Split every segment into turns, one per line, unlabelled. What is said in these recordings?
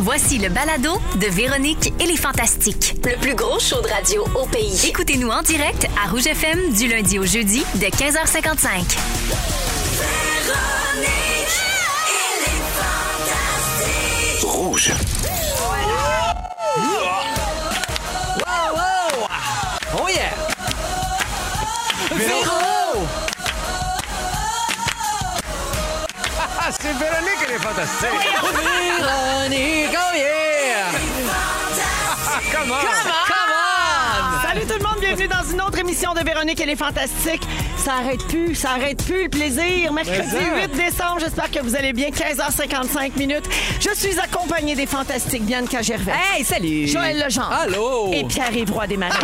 Voici le balado de Véronique et les Fantastiques.
Le plus gros show de radio au pays.
Écoutez-nous en direct à Rouge FM du lundi au jeudi de 15h55.
Rouge.
Wow, wow! Oh yeah! Véro!
Ah, c'est Véronique, elle est fantastique.
Véronique, oh yeah!
Ah, comment?
Come on!
Salut tout le monde, bienvenue dans une autre émission de Véronique et les Fantastiques. Ça arrête plus, ça arrête plus le plaisir. Mercredi
Mais
8
ça.
décembre, j'espère que vous allez bien. 15h55 minutes. Je suis accompagnée des Fantastiques Bianca Gervais.
Hey, salut!
Joël Legendre.
Allô!
Et Pierre-Yves Roy des Marais.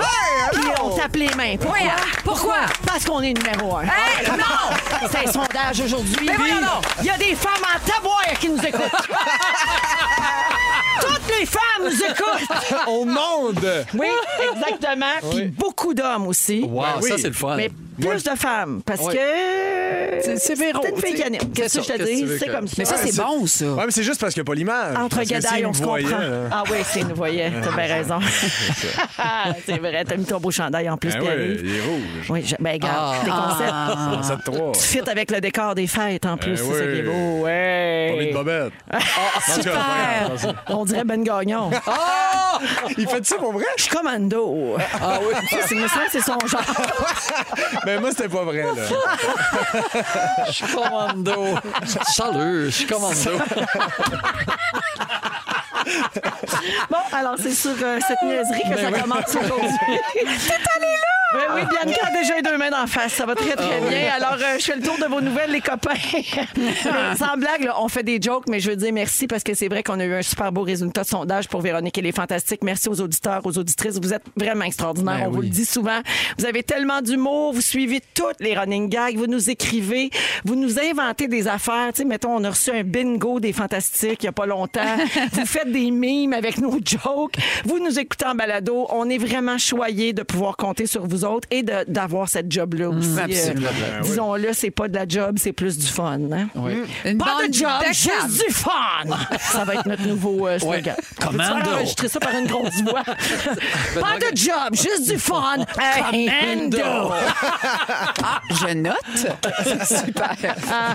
Puis on tape les mains. Pourquoi?
Ouais, hein? Pourquoi?
Parce qu'on est numéro un. Ah,
Hey, non!
C'est un sondage aujourd'hui.
Mais voyons donc!
Il y a des femmes en tabouère qui nous écoutent. Toutes les femmes nous écoutent.
Au monde.
Oui, exactement. Puis beaucoup d'hommes aussi.
Wow,
Ben oui.
ça c'est le fun.
Mais plus de femmes, parce
Ouais.
que...
C'est- c'est Véro,
C'est une
tu
fille
sais.
qui anime. Qu'est-ce que je
Qu'est-ce
te
que tu
dis?
veux
C'est
que-
comme ça.
Mais ça, c'est bon, ça.
Ouais, mais c'est juste parce qu'il n'y a pas l'image.
Entre
Parce que s'il
gadailles, on
me
se
voyait,
comprend.
là.
Ah oui, c'est nous voyait. T'as bien raison. c'est vrai, t'as mis ton beau chandail en plus,
Ben
Pierre-Yves.
oui, il est rouge.
Oui, je- ben regarde,
Ah.
je te conseille.
On s'en trois.
Tu fit avec le décor des fêtes en plus,
Eh
c'est ça qui est
oui.
beau.
Pas mis de
Ouais.
bobette. Ah, En tout cas,
super.
voyons, dans-
On dirait Ben Gagnon.
Il fait ça pour vrai?
Je suis commando.
Ah oui.
C'est me semble que c'est son genre.
Mais Ben, moi, c'était pas vrai, là.
Je suis commando. Salut, je suis commando.
Bon, alors c'est sur euh, cette niaiserie
Ben
que ça commence aujourd'hui. T'es allé là! Ben oui, Bianca a déjà eu deux mains d'en face. Ça va très,
Ah
très bien. Alors, euh, je fais le tour de vos nouvelles, les copains. Mais sans blague, là, on fait des jokes, mais je veux dire merci parce que c'est vrai qu'on a eu un super beau résultat de sondage pour Véronique et les Fantastiques. Merci aux auditeurs, aux auditrices. Vous êtes vraiment extraordinaires.
Ben
on vous
oui.
le dit souvent. Vous avez tellement d'humour. Vous suivez toutes les running gags. Vous nous écrivez. Vous nous inventez des affaires. Tu sais, mettons, on a reçu un bingo des Fantastiques il n'y a pas longtemps. vous faites des mimes avec nos jokes. Vous nous écoutez en balado. On est vraiment choyés de pouvoir compter sur vous autres et de- d'avoir cette job-là aussi. Euh,
Mm. absolument. Ben
oui.
Disons-le, c'est pas de la job, c'est plus du fun. hein?
Oui. Une
Pas
bande
de job,
de
juste
câbles.
du fun! Ça va être notre nouveau euh, slogan.
Ouais.
On peut-tu faire
Commando.
enregistrer ça par une grosse voix. Pas de job, juste du fun! Commando!
Ah, je note. Super.
Ah.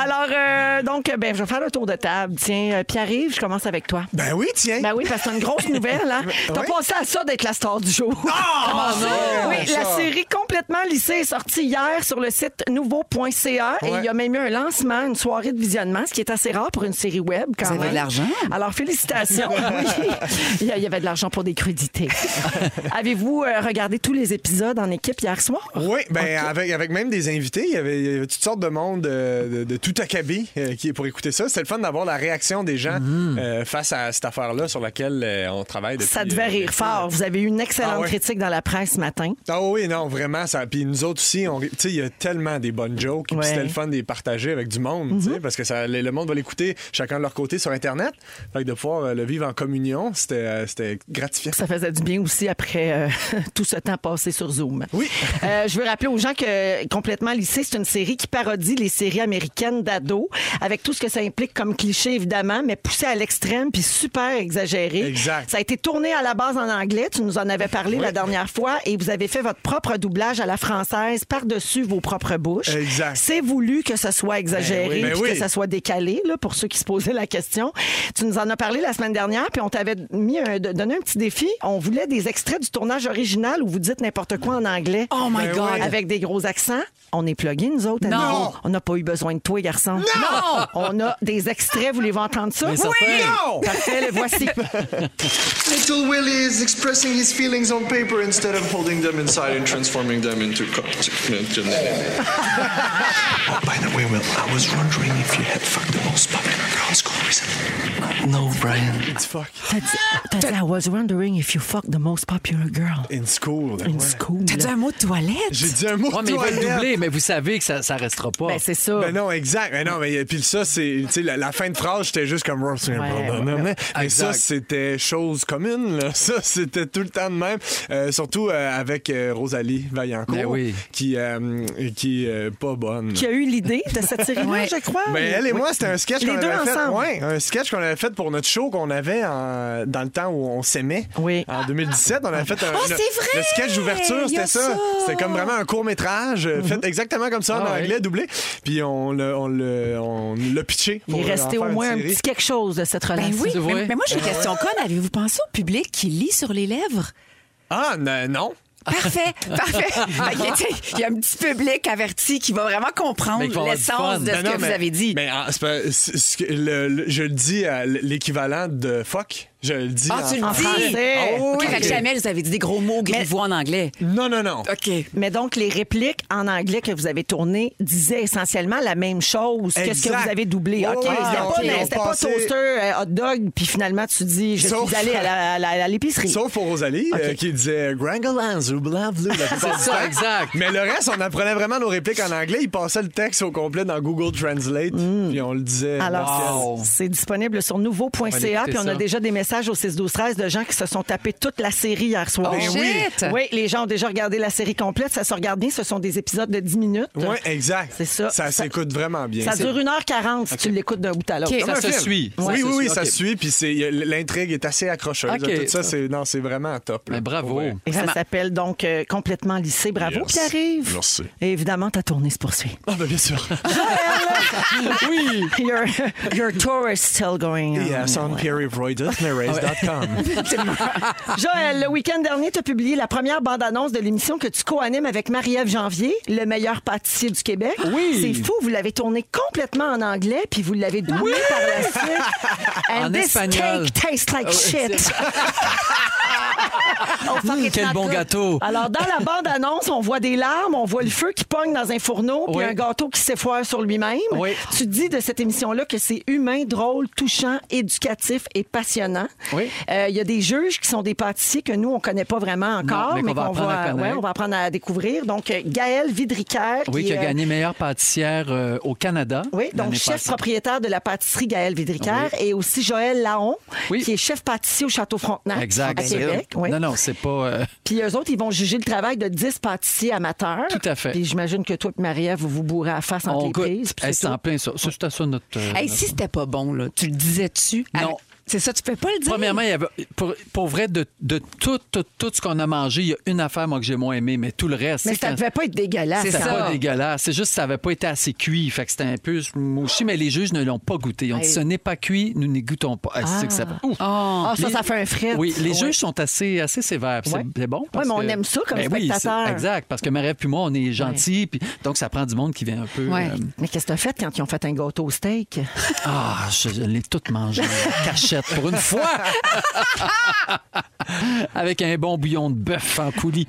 Alors, euh, donc, ben, je vais faire le tour de table. Tiens, euh, Pierre-Yves, je commence avec toi.
Ben oui, tiens.
Ben oui, parce que c'est une grosse nouvelle, hein? T'as
Oui.
pensé à ça d'être la star du jour.
Ah, non!
Oui, la série complètement lycée est sortie hier sur le site nouveau.ca et
Ouais.
il y a même eu un lancement, une soirée de visionnement, ce qui est assez rare pour une série web quand
Vous avez
même.
de l'argent?
Alors félicitations. Oui. Il y a- il y avait de l'argent pour des crudités. Avez-vous euh, regardé tous les épisodes en équipe hier soir?
Oui, ben avec, avec même des invités, il y avait, il y avait toutes sortes de monde euh, de, de tout acabit euh, qui est pour écouter ça. C'était le fun d'avoir la réaction des gens euh, face à cette affaire-là sur laquelle euh, on travaille depuis...
Mm-hmm. Ça devait
euh,
rire fort. Vous avez eu une excellente
Ah ouais.
critique dans la presse ce matin.
Ah oui, non, vraiment. Ça... Puis nous autres aussi, on... tu sais, il y a tellement des bonnes jokes. puis
Ouais.
C'était le fun de les partager avec du monde, tu sais, parce que ça, le le monde va l'écouter chacun de leur côté sur Internet. Fait que de pouvoir euh, le vivre en communion, c'était euh, c'était gratifiant.
Ça faisait du bien aussi après euh, tout ce temps passé sur Zoom.
Oui.
Euh, je veux rappeler aux gens que Complètement lycée, c'est une série qui parodie les séries américaines d'ados, avec tout ce que ça implique comme cliché, évidemment, mais poussé à l'extrême puis super exagéré.
Exact.
Ça a été tourné à la base en anglais. Tu nous en avais parlé la dernière fois et vous avez fait votre propre doublage à la française par-dessus vos propres bouches.
Exact.
C'est voulu que ce soit exagéré
oui. Ben
puis
oui.
que ça soit décalé, là, pour ceux qui se posaient la question. Tu nous en as parlé la semaine dernière, puis on t'avait mis un- donné un petit défi. On voulait des extraits du tournage original où vous dites n'importe quoi en anglais.
Oh my
Ben
God.
oui.
Avec des gros accents. On est plugués, nous autres. à
Non.
nouveau. On n'a pas eu besoin de toi, garçon.
Non.
On a des extraits, voulez-vous entendre ça?
Mais certain.
Non!
Parfait, le voici.
Little Willie is expressing his feelings on paper instead of holding them inside and transforming them into cards. oh, by the way, Will, I was wondering if you had fucked the most popular girl in school recently. No, Brian.
Fuck.
T'as dit- t'as dit, I was wondering if you fucked the most popular girl
In school. là,
in
ouais.
school.
T'as dit un mot de toilette?
J'ai dit un mot
Ouais,
de
mais ils veulent
toilette.
doubler, mais vous savez que ça, ça restera pas.
Ben, c'est ça.
Ben non, exact. Ben non, mais puis ça, c'est. Tu sais, la, la fin de phrase, j'étais juste comme. Mais ça,
Exact.
c'était chose commune, là. Ça, c'était tout le temps de même. Euh, surtout euh, avec euh, Rosalie Vaillancourt.
Ben oui.
Qui, euh, qui est pas bonne.
Qui a eu l'idée de cette série-là,
Ouais.
je crois.
Ben, elle et moi, c'était un sketch
Ah, Les
qu'on
deux
avait fait
ensemble.
ouais, un sketch qu'on avait fait pour notre show qu'on avait en- dans le temps où on s'aimait.
Oui.
En 2017, on avait fait un,
Oh,
le,
c'est vrai!
le sketch d'ouverture,
Il y a
c'était ça.
ça!
C'était comme vraiment un court-métrage euh,
Mm-hmm.
fait exactement comme ça en
Ah, ouais.
anglais, doublé. Puis on l'a on l'a- on l'a pitché.
Il
pour,
est
euh, en
resté
faire
au
une
moins un
série.
petit quelque chose Ah, de cette relation.
Ben oui,
C'est vrai.
mais, mais moi j'ai une question conne. Avez-vous pensé au public qui lit sur les lèvres?
Ah, n- non.
Parfait, parfait. Fait que, tu sais, Il y a un petit public averti qui va vraiment comprendre
Mais qui va avoir du fun.
l'essence de ce
Ben non,
que vous
mais-
avez dit.
Mais ah, c'est pas- c'est- c'est que le- le- je le dis à l- l'équivalent de fuck. Je le dis.
Ah, tu
en
le
En
dis!
français.
Ah, oui,
OK,
oui.
fait que jamais vous avez dit des gros mots grivois en anglais.
Non, non, non.
OK.
Mais donc, les répliques en anglais que vous avez tournées disaient essentiellement la même chose que ce que
Exact.
vous avez doublé.
Oui,
OK,
oui,
c'était
on-
pas,
on
c'était pas
passait-
toaster, euh, hot dog, puis finalement, tu dis, je
Sauf-
suis allé à la- à la- à l'épicerie.
Sauf pour Rosalie, euh, qui disait Grangolands ou blablabla. la plupart du
ça,
temps.
exact.
Mais le reste, on apprenait vraiment nos répliques en anglais. Ils passaient le texte au complet dans Google Translate. Puis on le disait.
Alors,
Wow.
c'est disponible sur
On va aller
nouveau.ca.
écouter
Puis on a
ça.
déjà des messages au 6-12-13 de gens qui se sont tapés toute la série hier soir.
Oh, Ben oui. shit!
Oui, les gens ont déjà regardé la série complète. Ça se regarde bien. Ce sont des épisodes de 10 minutes.
Oui, exact.
C'est ça.
Ça,
Ça-
s'écoute vraiment bien.
Ça
C'est
dure 1h40 si tu l'écoutes d'un bout à l'autre.
OK.
comme
Ça
un
se
film.
suit.
Oui,
Ça
oui,
se
oui,
suit,
ça
ok.
se suit. Puis c'est- euh, l'intrigue est assez accrocheuse.
Ok.
Tout ça, c'est non, c'est vraiment top. là.
Mais Ben, bravo.
Oh, Ouais.
Et ça s'appelle donc euh, Complètement lycée. Bravo,
Yes.
Pierre-Yves.
Merci.
Et évidemment, ta tournée se poursuit.
Ah, ben, bien sûr.
oui. Your, your tour is still going on.
yes, on pierreroydutnerrace.com.
Joël, le week-end dernier, tu as publié la première bande-annonce de l'émission que tu co-animes avec Marie-Ève Janvier, le meilleur pâtissier du Québec.
Oui.
C'est fou, vous l'avez tourné complètement en anglais, puis vous l'avez doublé par la suite. And
En
this
espagnol.
cake tastes like
Oh,
shit.
Hum, quel bon gâteau.
Alors, dans la bande-annonce, on voit des larmes, on voit le feu qui pogne dans un fourneau, puis
Oui.
un gâteau qui s'effoire sur lui-même.
Oui.
Tu dis de cette émission-là que c'est humain, drôle, touchant, éducatif et passionnant. Euh,
Oui.
Il y a des juges qui sont des pâtissiers que nous, on ne connaît pas vraiment encore,
Non, mais qu'on va
qu'on
apprendre à
ouais,
connaître.
on va apprendre à découvrir. Donc, euh, Gaëlle Vidricaire.
Oui, qui a
euh,
gagné meilleure pâtissière euh, au Canada.
Oui, donc
l'année
chef
passée.
propriétaire de la pâtisserie Gaëlle Vidricaire et aussi Joël Laon,
Oui.
qui est chef pâtissier au Château Frontenac
Exact.
à Québec. oui.
Non, non, c'est pas. euh,
Puis eux autres, ils vont juger le travail de 10 pâtissiers amateurs.
Tout à fait.
Puis j'imagine que toi et Marie-Ève, vous vous bourrez à la face entre
on
les
goûte.
prises. puis
Hey,
c'est
c'est en
tout.
plein ça. Ça, C'était ça notre. euh,
Hey,
notre-
si c'était pas bon, là, tu le disais-tu?
Non.
Ah, C'est ça, tu peux pas le dire.
Premièrement, il y avait, pour, pour vrai, de, de tout, tout, tout ce qu'on a mangé, il y a une affaire, moi, que j'ai moins aimé, mais tout le reste.
Mais
c'est
ça
quand-
devait pas être dégueulasse.
C'est
C'était
ça.
pas dégueulasse. C'est juste que ça n'avait pas été assez cuit. Fait que c'était un peu mouchi, mais les juges ne l'ont pas goûté. Ils ont dit
Hey.
ce n'est pas cuit, nous n'y goûtons pas. Ah, c'est ça que ça- Ouh.
Ah, ça,
Les-
ça fait un fret.
Oui, les
Ouais.
juges sont assez, assez sévères. puis
Ouais.
C'est c'est bon. parce
Ouais, mais on
que-
aime ça comme
Ben oui,
spectateur.
c'est- exact, parce que Marie puis moi, on est gentils, puis donc ça prend du monde qui vient un peu.
Ouais.
euh,
Mais qu'est-ce que t'as fait quand ils ont fait un gâteau au steak?
Ah, je l'ai toute mangée, cachette, pour une fois! Avec un bon bouillon de bœuf en coulis.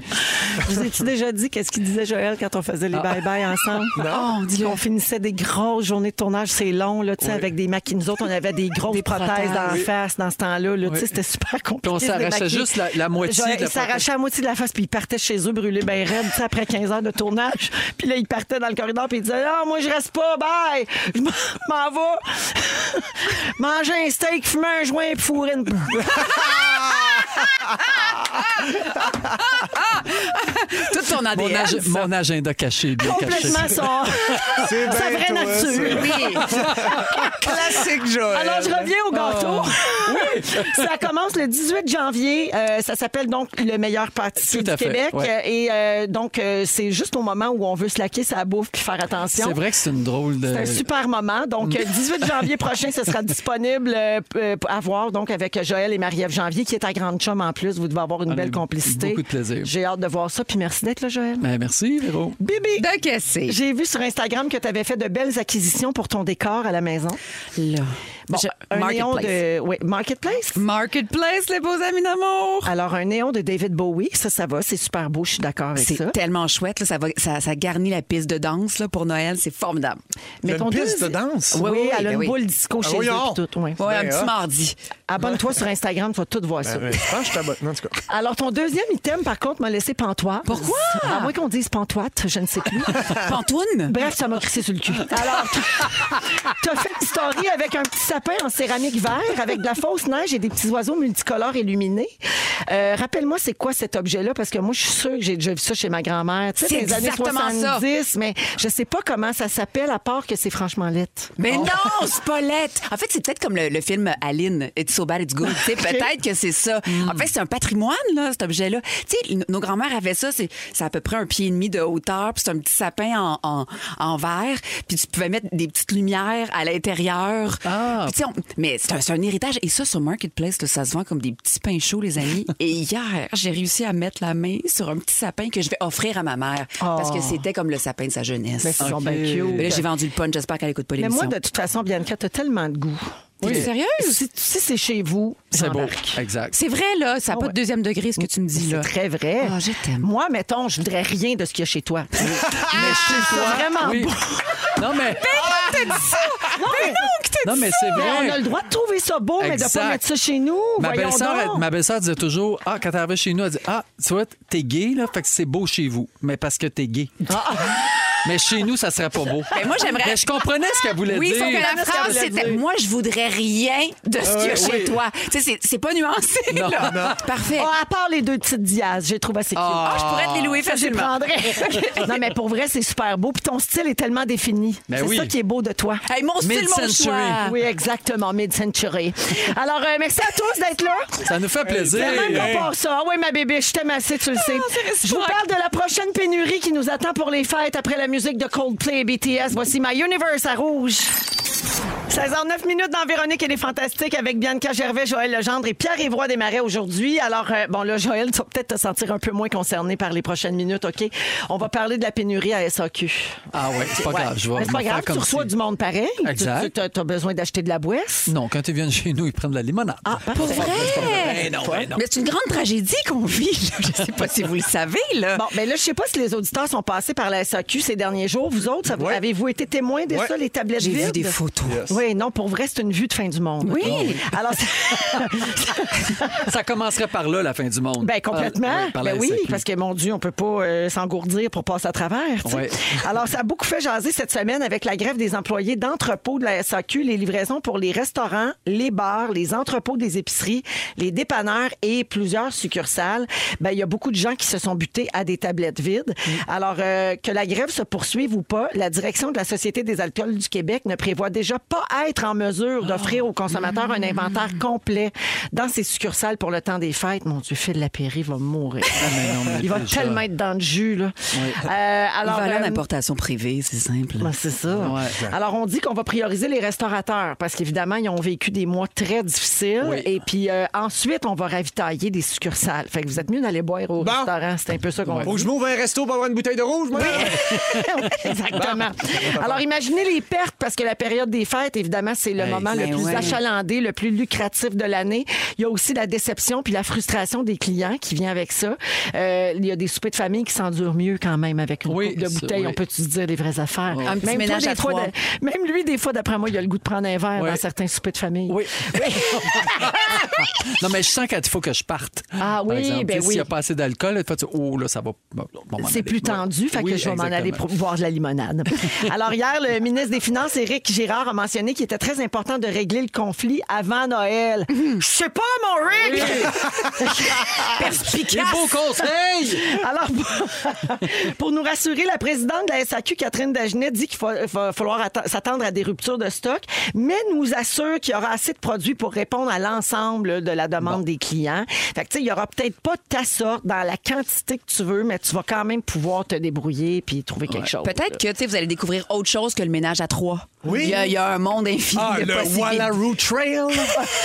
Je vous ai-tu déjà dit qu'est-ce qu'il disait Joël quand on faisait les
Ah.
bye-bye ensemble?
Non. Oh, dis-le.
On finissait des grosses journées de tournage, c'est long, là, tu sais, avec des maquilles. Nous autres, on avait des grosses
Des
prothèses,
prothèses.
dans la
Oui.
face dans ce temps-là. là, tu sais, C'était super compliqué.
Puis on
de les
s'arrachait
maquiller.
juste la- la moitié
Joël,
de la
Il s'arrachait la moitié de la face, puis il partait chez eux brûlé ben raide, tu sais, après 15 heures de tournage. Puis là, il partait dans le corridor, puis il disait Ah, moi, je reste pas, bye! Je m'en- m'en vais manger un steak, fumer un joint, puis fourrer une.
Tout ton
Mon,
ADN.
ag- mon agenda caché, bien caché.
Complètement son.
C'est
Sa
bien
vraie
toi,
nature.
Oui.
Classique Joël.
Alors, Ah
hein?
je reviens au gâteau.
Ah.
ça commence le 18 janvier. Euh, ça s'appelle donc Le meilleur pâtissier
Tout à
du
fait,
Québec.
ouais.
Euh, Et euh, donc, euh, c'est juste au moment où on veut se laquer sa bouffe puis faire attention.
C'est vrai euh, que c'est une drôle de.
C'est un super moment. Donc, euh, 18 janvier prochain, ce sera disponible euh, p- euh, à voir donc avec Joël et Marie-Ève Janvier, qui est à Grande Chum en plus. Vous devez avoir une
On a eu
belle complicité.
Ah, beaucoup de plaisir.
J'ai hâte de voir ça. Puis merci d'être là, Joël.
Ben, merci, Véro.
Bibi!
De que c'est?
J'ai vu sur Instagram que tu avais fait de belles acquisitions pour ton décor à la maison.
Là.
Bon,
Je-
un néon
Marketplace.
de... Oui, Marketplace?
Marketplace, les beaux amis d'amour.
Alors, un néon de David Bowie, ça, ça va, c'est super beau, je suis d'accord avec ça.
C'est tellement chouette. là, ça, va- ça- ça garnit la piste de danse là, pour Noël. C'est formidable.
T'as une piste de danse?
Oui,
Oui, oui,
elle a
ben
une
oui.
boule disco chez
voyons.
eux, pis tout, ouais.
Ouais, un
Ben,
petit
ah.
mardi.
Abonne-toi sur Instagram, tu vas tout voir ça.
Ben, ben, Je pense que je t'abonne. En tout cas.
Alors, ton deuxième item, par contre, m'a laissé pantois. Ah,
Pourquoi?
À moins qu'on dise pantoite, je ne sais plus.
Pantoune?
Bref, ça m'a crissé sur le cul. Alors, t'as- t'as fait une story avec un petit sapin en céramique vert avec de la fausse neige et des petits oiseaux multicolores illuminés. Euh, Rappelle-moi, c'est quoi cet objet-là? Parce que moi, je suis sûre que j'ai déjà vu ça chez ma grand-mère. Tu sais,
C'est
dans les années
exactement
70, mais je sais pas comment ça s'appelle à part que c'est franchement lit.
Mais
Oh.
non, c'est pas lettre. En fait, c'est peut-être comme le, le film Aline, It's so bad, it's good. Tu sais, Peut-être que c'est ça.
Hmm.
En fait, c'est un patrimoine, là, cet objet-là. Tu sais, nos grands-mères avaient ça. C'est c'est à peu près un pied et demi de hauteur. Puis c'est un petit sapin en, en, en verre. Puis tu pouvais mettre des petites lumières à l'intérieur.
Ah.
Puis tu sais, on- mais c'est un, c'est un héritage. Et ça, sur Marketplace, là, ça se vend comme des petits pains chauds, les amis. et hier, j'ai réussi à mettre la main sur un petit sapin que je vais offrir à ma mère. Parce que c'était comme le sapin de sa jeunesse.
Ah. Mais ils sont bien cute.
Mais là, j'ai vendu le punch. J'espère qu'elle écoute pas
Mais
l'émission.
moi, de toute façon, Bianca, t'as tellement de goût.
Oui. T'es sérieuse?
Si, si c'est chez vous,
C'est beau.
j'embarque.
Exact.
C'est vrai, là. Ça n'a
Ah
pas
ouais.
de deuxième degré, ce que tu me dis, là.
C'est très vrai.
Ah, je t'aime.
Moi, mettons, je voudrais rien de ce qu'il y a chez toi. Mais chez toi, vraiment
Oui.
beau.
Non, mais. Non, mais c'est
Mais
vrai.
on a le droit de trouver ça beau, mais de ne
Exact.
pas mettre ça chez nous.
Ma
Voyons
belle-sœur, elle-
donc.
ma belle-sœur disait toujours Ah, quand elle arrivait chez nous, elle disait Ah, tu vois, t'es gay, là, fait que c'est beau chez vous, mais parce que t'es gay.
Ah.
Mais chez nous, ça serait pas beau.
Mais moi, j'aimerais-
Mais je comprenais ce qu'elle voulait
Oui,
dire.
sauf que la
Qu'est-ce qu'elle
phrase,
voulait
c'était
dire?
Moi, je voudrais rien de ce qu'il y a chez toi. Tu sais, c'est- c'est pas nuancé,
Non,
là. Parfait.
Ah, à part les deux petites diaz, j'ai trouvé assez cute.
Ah, je pourrais te les louer
Ça, je les
facilement.
prendrais. non, mais pour vrai, c'est super beau. Puis ton style est tellement défini.
Ben
c'est
oui. Ah.
ça qui est beau de toi.
Hey, mon style, mon
Mid-century.
choix.
Oui, exactement, mid-century. Alors, euh, merci à tous d'être là.
Ça nous fait plaisir.
Vraiment pas pour ça. Ah oui, ma bébé, je t'aime assez, tu le sais. Je vous parle de la prochaine pénurie qui nous attend pour les fêtes après la musique de Coldplay et BTS. Voici My Universe à rouge. 16h09 minutes dans Véronique et les Fantastiques avec Bianca Gervais, Joël Legendre et Pierre Évroy Desmarais aujourd'hui. Alors, euh, bon, là, Joël, tu vas peut-être te sentir un peu moins concerné par les prochaines minutes, OK? On va parler de la pénurie à SAQ.
Ah ouais, c'est pas
Ouais.
grave. Je vais
Mais c'est
me
pas
faire
grave, tu
comme
reçois
si-
du monde pareil. Tu-
Exact.
Tu as, besoin d'acheter de la boisse.
Non, quand ils viennent chez nous, ils prennent de la limonade. Ben
Ah,
Pour
parfait.
vrai? Mais c'est une grande tragédie qu'on vit, là. Je sais pas si vous le savez, là.
Bon, mais là, je sais pas si les auditeurs sont passés par la SAQ ces derniers jours. Vous autres, ça vous-
Ouais.
avez-vous été témoins de
Ouais.
ça, les tablettes
J'ai
vides?
vu des photos.
Oui, non, pour vrai, c'est une vue de fin du monde.
Oui.
Oh, Alors, c'est-
Ça commencerait par là, la fin du monde.
ben complètement.
Ah, ouais, par la
ben oui,
SAQ.
parce que mon Dieu, on peut pas euh, s'engourdir pour passer à travers. tu sais.
Ouais.
Alors, ça a beaucoup fait jaser cette semaine avec la grève des employés d'entrepôts de la SAQ, les livraisons pour les restaurants, les bars, les entrepôts des épiceries, les dépanneurs et plusieurs succursales. Ben, il y a beaucoup de gens qui se sont butés à des tablettes vides. Alors, euh, que la grève se poursuive ou pas, la direction de la Société des alcools du Québec ne prévoit déjà pas être en mesure d'offrir aux consommateurs un inventaire complet dans ses succursales pour le temps des fêtes. Mon Dieu, Phil Lapéry va mourir.
mais non, mais
il va
déjà.
tellement être dans le jus, là. Euh, alors,
Alors, voilà
euh,
l'importation privée, c'est simple.
ben, c'est ça. Alors, on dit qu'on va prioriser les restaurateurs parce qu'évidemment, ils ont vécu des mois très difficiles.
Oui.
Et puis, euh, ensuite, on va ravitailler des succursales. Fait que vous êtes mieux d'aller boire au
Bon.
restaurant. C'est un peu ça qu'on
Faut que je m'ouvre un resto pour avoir une bouteille de rouge, moi?
Exactement. Alors, imaginez les pertes parce que la période des fêtes, évidemment, c'est le
Hey,
moment le
ben
plus
ouais.
achalandé, le plus lucratif de l'année. Il y a aussi la déception puis la frustration des clients qui vient avec ça. Euh, il y a des soupers de famille qui s'endurent mieux quand même avec une
Oui,
coupe de
ça,
bouteille.
oui.
On peut-tu se dire les vraies affaires?
Un petit ménage
des
à
fois,
trois.
de- même lui, des fois, d'après moi, il a le goût de prendre un verre
Oui.
dans certains soupers de famille.
Oui. non, mais je sens qu'il faut que je parte.
Ah
par
oui,
exemple.
ben
Tu sais,
oui.
S'il n'y a pas assez d'alcool, tu fais, oh là, ça va. bon, bon, m'en
C'est
aller.
plus tendu, fait
Oui,
que je vais m'en aller
exactement.
pro- voir de la limonade. Alors hier, le ministre des Finances, Éric Girard, a mentionné qu'il était très important de régler le conflit avant Noël.
Mmh.
Je sais pas, mon Rick!
Les beaux conseils!
Alors, pour- pour nous rassurer, la présidente de la SAQ, Catherine Dagenet, dit qu'il fa- va falloir atta- s'attendre à des ruptures de stock, mais nous assure qu'il y aura assez de produits pour répondre à l'ensemble de la demande des clients. Fait que, tu sais, il y aura peut-être pas ta sorte dans la quantité que tu veux, mais tu vas quand même pouvoir te débrouiller puis trouver quelque chose.
Peut-être que tu sais, vous allez découvrir autre chose que le ménage à trois. Oui. Il y a, il y a un monde infini
Ah,
de
le
possibilités.
Wallaroo Trail.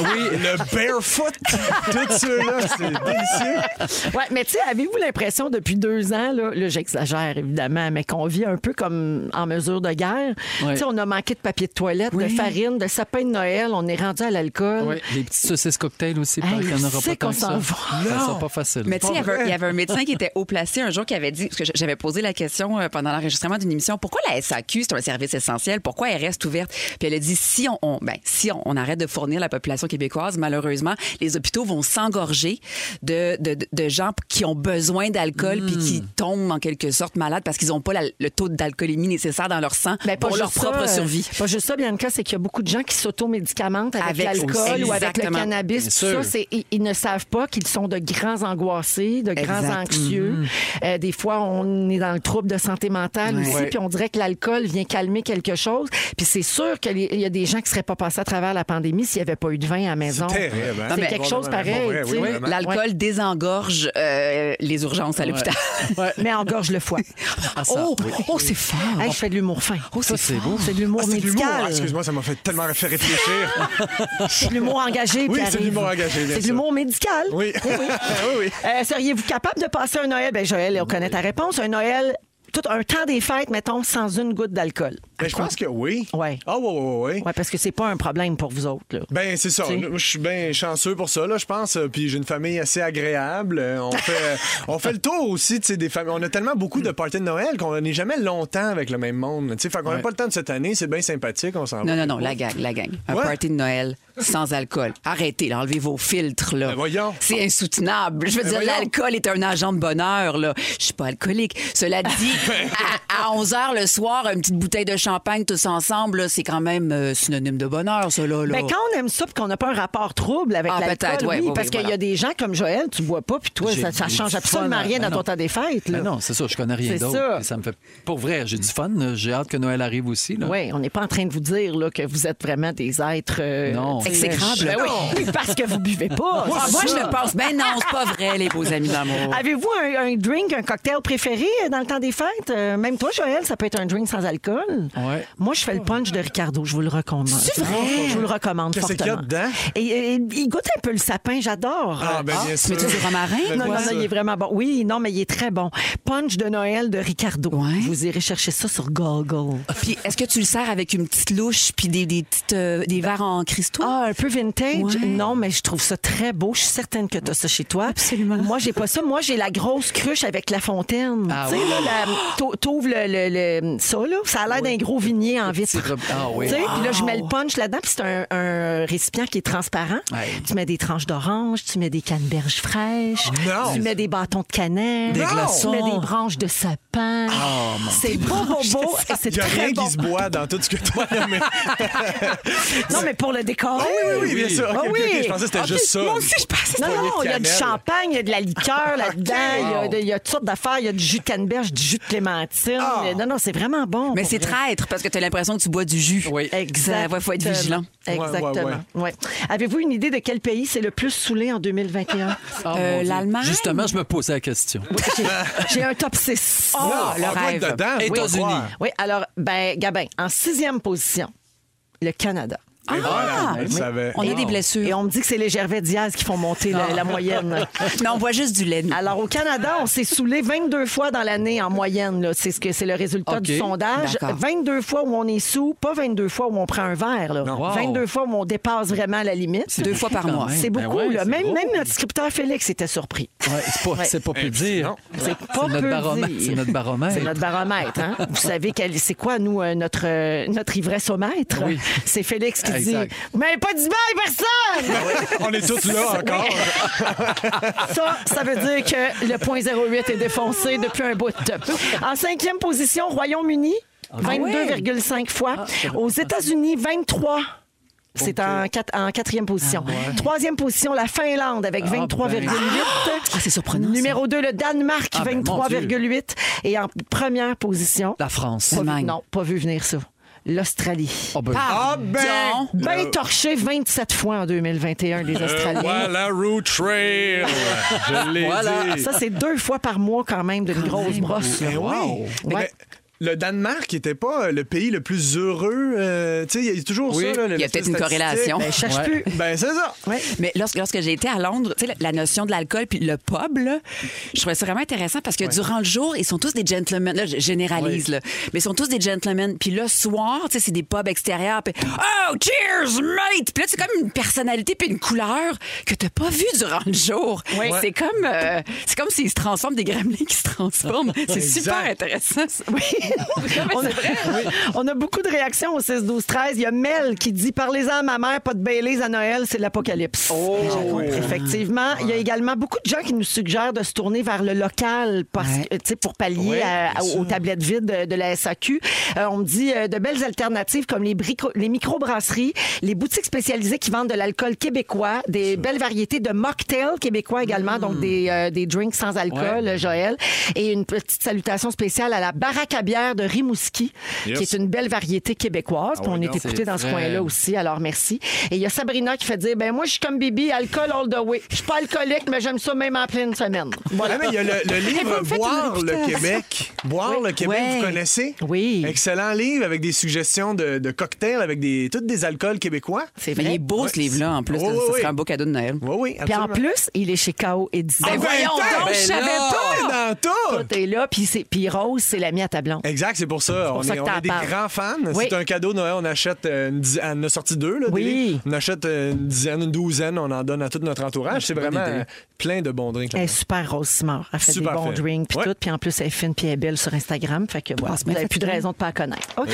oui, le Barefoot. Tout ceux-là, c'est délicieux.
Ouais, mais tu sais, avez-vous l'impression depuis deux ans, là, là, j'exagère évidemment, mais qu'on vit un peu comme en mesure de guerre.
Ouais.
Tu sais, on a manqué de papier de toilette, de farine, de sapin de Noël, on est rendu à l'alcool.
Oui, les petits saucisses cocktails aussi, parce
Hey,
qu'il n'y en aura
c'est
pas tant
qu'on
que
s'en
ça.
va.
Ça sera pas facile.
Mais tu sais, il y avait- il y avait un médecin qui était haut placé un jour qui avait dit, parce que j'avais posé la question euh, pendant l'enregistrement d'une émission, pourquoi la SAQ, c'est un service essentiel, pourquoi elle reste reste ouverte. Puis elle a dit si on, on- ben, si on, on arrête de fournir la population québécoise, malheureusement, les hôpitaux vont s'engorger de, de, de- de gens qui ont besoin d'alcool puis
Hmm.
qui tombent en quelque sorte malades parce qu'ils n'ont pas la- le taux d'alcoolémie nécessaire dans leur sang
Ben, pas
pour leur
juste
propre
ça, euh,
survie.
Pas juste ça, Bianca, c'est qu'il y a beaucoup de gens qui s'automédicamentent avec,
Avec
l'alcool
aussi.
ou avec le
Exactement.
cannabis.
Bien
Tout
sûr.
ça, c'est- ils, ils ne savent pas qu'ils sont de grands angoissés, de grands
Exact.
anxieux. Euh, des fois, on est dans le trouble de santé mentale aussi,
Ouais.
puis on dirait que l'alcool vient calmer quelque chose. Puis c'est sûr qu'il y a des gens qui seraient pas passés à travers la pandémie s'il n'y avait pas eu de vin à la maison.
terrible, hein?
C'est
Non, mais-
quelque chose
Pour vrai,
pareil.
oui,
tu sais.
vraiment.
L'alcool désengorge euh, les urgences à l'hôpital.
Ouais.
Mais engorge le foie.
Ah, ça,
Oh,
oui.
oh, c'est fort.
Ah,
Hey, je fais de l'humour fin. Oh,
Ça, c'est beau.
C'est de l'humour
Ah, c'est de l'humour.
médical.
Ah, Excuse-moi, ça m'a fait tellement fait réfléchir.
C'est de l'humour engagé.
Oui,
qui
c'est de
arrive.
l'humour engagé, bien
C'est de
sûr.
l'humour médical.
Oui. Ah, Oui, oui.
Euh, Seriez-vous capable de passer un Noël? Ben Joël, on connaît ta réponse. Un Noël, tout un temps des fêtes, mettons, sans une goutte d'alcool.
Ben, je pense que oui.
Ouais.
Ah, oui, oui, oui.
Ouais, parce que c'est pas un problème pour vous autres. Là.
Ben, c'est ça.
Tu sais.
Moi, Je suis bien chanceux pour ça, là, je pense. Euh, Puis j'ai une famille assez agréable. Euh, On fait, on fait le tour aussi, tu sais, des familles. On a tellement beaucoup de parties de Noël qu'on n'est jamais longtemps avec le même monde. Tu sais, fait qu'on n'a pas le temps de cette année. C'est bien sympathique, on s'en va.
Non, non, non, la gang, la gang. Un
Ouais.
party de Noël sans alcool. Arrêtez, là, enlevez vos filtres, là.
Ben voyons. Ben,
C'est insoutenable. Je veux dire,
voyons.
l'alcool est un agent de bonheur, là. Je suis pas alcoolique. Cela dit,
Ben.
à, 11h le soir, une petite bouteille de champagne tous ensemble, là, c'est quand même euh, synonyme de bonheur, ça, là. là.
Mais Ben, quand on aime ça puis qu'on n'a pas un rapport trouble avec
Ah,
l'alcool,
peut-être, ouais,
oui,
ouais,
parce
ouais,
qu'il y a
voilà.
des gens comme Joël, tu bois pas, puis toi,
J'ai
ça, ça
du
change
fun,
absolument
hein.
rien
Ah,
Ben
dans ton
non.
temps des fêtes. là.
Ben non, c'est ça, je connais rien
C'est
d'autre.
ça.
Et Ça me fait pour vrai, j'ai du fun. là. J'ai hâte que Noël arrive aussi. Là.
Oui, on n'est pas en train de vous dire là, que vous êtes vraiment des êtres euh,
Non.
tu sais,
Exécrables.
Ben oui, parce que vous buvez pas.
Ah,
c'est
moi,
ça. Ah,
je le pense. Ben non, c'est pas vrai, les beaux amis d'amour.
Avez-vous un, un drink, un cocktail préféré euh, dans le temps des fêtes? Euh, même toi, Joël, ça peut être un drink sans alcool.
Ouais.
Moi, je fais le punch de Ricardo. Je vous le recommande. C'est vrai? Je vous le recommande
Qu'est-ce qu'il y a
fortement.
dedans?
Et, et- il goûte un peu le sapin. J'adore.
Ah, ben, bien
tu
sûr.
mets-tu du romarin,
Ben,
Non,
toi?
non,
bien
non,
sûr.
il est vraiment bon. Oui, non, mais il est très bon. Punch de Noël de Ricardo.
Ouais.
Vous irez chercher ça sur Google.
Puis est-ce que tu le sers avec une petite louche puis des, des, petites, euh, des verres en cristaux?
Ah, un peu vintage.
Ouais.
Non, mais je trouve ça très beau. Je suis certaine que tu as ça chez toi.
Absolument.
Moi, j'ai pas ça. Moi, j'ai la grosse cruche avec la fontaine.
Ah
tu sais,
oui.
là, la- t'ou- t'ouvres le, le- le- ça, là. Ça a l'air d'un gros vignier en vitre.
petit re- ah oui.
Tu sais, Puis là, je mets le
Wow.
punch là-dedans. Puis c'est un, un récipient qui est transparent.
Ouais.
Tu mets des tranches d'orange, tu mets des canneberges fraîches,
Non.
tu mets des bâtons de cannelle,
Des
tu
glaçons.
mets des branches de sapin. c'est beau, beau, beau. et C'est
Il n'y a rien
très bon.
qui se boit dans tout ce que toi mais...
Non, mais pour le décor.
Oui, oui, bien sûr. OK,
Ah
ok,
oui.
ok, je pensais que c'était
Ah,
juste ça.
Moi aussi, je pensais que
Une
Non,
poignée
non,
de
il y a du
cannelle.
champagne, il y a de la
Ah,
liqueur là-dedans, il y a de- il y, a toutes sortes d'affaires, il y a du jus de canneberge, du jus de clémentine.
Ah.
Non, non, c'est vraiment bon.
Mais
pour
c'est
vrai.
traître parce que tu as l'impression que tu bois du jus.
Oui.
Ça,
Exact.
ouais, faut être vigilant.
Exactement.
Ouais, ouais,
Ouais. Avez-vous une idée de quel pays c'est le plus saoulé en 2021?
Ah, mon
Euh,
Dieu.
l'Allemagne?
Justement, je me posais la question.
J'ai- J'ai un top 6.
Non,
Ah, le
on doit être
rêve.
dedans. faut
États-Unis.
croire.
Oui, alors, ben, Gabin, en sixième position, le Canada.
Et voilà, elle savait.
Ah! On a des
Et
blessures.
on me dit que c'est les Gervais Diaz qui font monter la, la moyenne.
Non, on boit juste du lait. nous.
Alors, au Canada, on s'est saoulé 22 fois dans l'année en moyenne. là. C'est ce que c'est le résultat
OK.
du sondage.
D'accord.
22 fois où on est sous, pas 22 fois où on prend un verre. là.
Wow.
22 fois où on dépasse vraiment la limite.
Deux fois par
quand
mois.
même.
C'est
Ben
beaucoup.
ouais,
là.
c'est
Même,
gros.
même notre scripteur Félix était surpris.
Ouais, c'est pas,
Ouais.
c'est pas peu
Eh,
dire.
non.
C'est pas
notre
peu
baromètre,
dire.
c'est notre baromètre.
C'est notre baromètre. hein. Vous savez, quel- c'est quoi, nous, euh, notre, euh, notre ivresse au maître?
Oui.
C'est Félix qui
Exact. Ben
dit « Mais pas du bail, personne! »
On est tous là encore.
Ça, ça veut dire que le point 08 est défoncé depuis un bout. En cinquième position, Royaume-Uni, 22,5 fois. Aux États-Unis, 23. C'est en, quatre- en quatrième position. Troisième position, la Finlande avec 23,8.
Ah, c'est surprenant, ça.
Numéro 2, le Danemark,
Ah, ben, mon Dieu.
23,8. Et en première position,
La France.
pas vu-
Allemagne.
non, pas vu venir ça. L'Australie.
Oh, ben,
Ah ben!
Pardon.
Ben torché 27 fois en 2021, les Australiens.
Voilà, Root Trail. Je l'ai
Voilà.
dit.
Ah, Ça, c'est deux fois par mois quand même d'une grosse brosse.
Ben oui.
Ouais.
Mais le Danemark n'était pas euh, le pays le plus heureux. euh, tu sais, il y a toujours
Oui.
ça. là,
Il y a
l'espèce
peut-être une
statistique.
corrélation.
Ben, cherche
Ouais.
plus.
Ben, c'est ça.
Mais lorsque, lorsque j'ai été à Londres, tu sais, la, la notion de l'alcool puis le pub, là, je trouvais ça vraiment intéressant parce que durant le jour, ils sont tous des gentlemen. Là, je généralise, là, mais ils sont tous des gentlemen. Puis le soir, tu sais, c'est des pubs extérieurs. Puis Oh, cheers, mate! Puis là, c'est comme une personnalité puis une couleur que t'as pas vue durant le jour.
Ouais.
C'est comme euh, c'est comme s'ils se transforment, des gremlins qui se transforment. C'est
Exact.
super intéressant. ça. Oui.
on, a, on a beaucoup de réactions au 6, 12, 13. Il y a Mel qui dit Parlez-en à ma mère, pas de Baileys à Noël, c'est l'apocalypse. Ben, Effectivement. Il y a également beaucoup de gens qui nous suggèrent de se tourner vers le local parce, que, tu sais, pour pallier à- à- aux tablettes vides de, de la SAQ. Euh, on me dit euh, de belles alternatives comme les, brico- les microbrasseries, les boutiques spécialisées qui vendent de l'alcool québécois, des belles variétés de mocktails québécois également,
Hmm.
donc des, euh, des drinks sans alcool, euh, Joël. Et une petite salutation spéciale à la baraque à bière de Rimouski,
Yes.
qui est une belle variété québécoise.
Ah
Puis
oui,
on est
non,
écouté
c'est
dans ce
vrai.
coin-là aussi, alors merci. Et il y a Sabrina qui fait dire ben moi, je suis comme Bibi, alcool all the way. Je suis pas alcoolique, mais j'aime ça même en pleine semaine. Voilà.
Ah, mais il y a le, le livre
vous me faites
Boire
une
le
réputation.
Québec. Boire le Québec,
Ouais.
vous connaissez?
Oui.
Excellent livre avec des suggestions de, de cocktails avec des, toutes des alcools québécois.
C'est
Mais il est beau,
Ouais.
ce livre-là, en plus.
Oui,
ça
oui,
ça
oui.
serait un beau cadeau de Noël.
Oui, oui,
Puis en
absolument.
plus, il est chez KO Édition.
Ah,
Ben voyons
ben,
donc,
ben
je savais
là,
pas!
dans tout!
Tout est là, puis c'est- puis Rose, c'est l'ami à ta blonde.
Exact, c'est pour ça.
pour
on
ça
est,
que
on
t'en
est des
parles.
grands fans.
Oui.
C'est un cadeau de Noël. On achète euh, une dizaine. On en a sorti deux, là, des
Oui.
livres. On achète euh, une dizaine, une douzaine. On en donne à tout notre entourage. C'est vraiment
idée.
euh, plein de bons drinks.
Elle est
là-dedans.
super Rose Simard. Elle fait
Eh, Super
des bons
fine.
drinks puis
Ouais.
tout. Puis en plus, elle est fine puis elle est belle sur Instagram. Fait que voilà,
c'est
vous
bien
n'avez
fait
plus de
ça.
raison de pas la connaître. OK.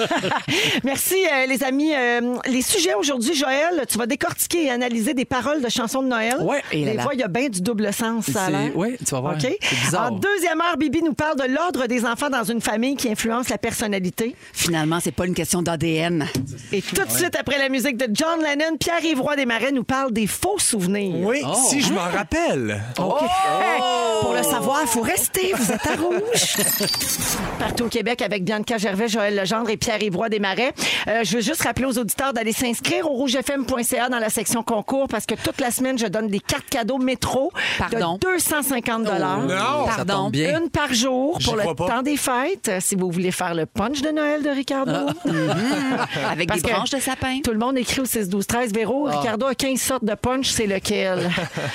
Merci, euh, les amis. Euh, les sujets aujourd'hui, Joël, tu vas décortiquer et analyser des paroles de chansons de Noël.
Ouais.
Et là
Des
là.
fois, il y a bien du double sens, ça a
C'est-
l'air.
ouais, tu vas voir.
OK.
C'est bizarre.
En deuxième heure, Bibi nous parle de l'ordre des enfants dans une famille qui influence la personnalité.
Finalement, c'est pas une question d'ADN.
Et tout de suite après la musique de John Lennon, Pierre Évroy Desmarais nous parle des faux souvenirs.
Oui, Oh! si
Oh.
je m'en rappelle.
OK. Hey, pour le savoir, il faut rester. Vous êtes à rouge. Partout au Québec avec Bianca Gervais, Joël Legendre et Pierre Évroy Desmarais. Euh, je veux juste rappeler aux auditeurs d'aller s'inscrire au rougefm.ca dans la section concours parce que toute la semaine, je donne des cartes cadeaux métro
Pardon.
de 250
Non.
Ça
Pardon.
tombe bien.
Une par jour
Oh, J'y
pour le
crois pas.
temps des fêtes, euh, si vous voulez faire le punch de Noël de Ricardo.
Ah. Avec
Parce
des
que
branches de sapin.
Tout le monde écrit au 6 12 13 Véro,
Ah.
Ricardo a 15 sortes de punch, c'est lequel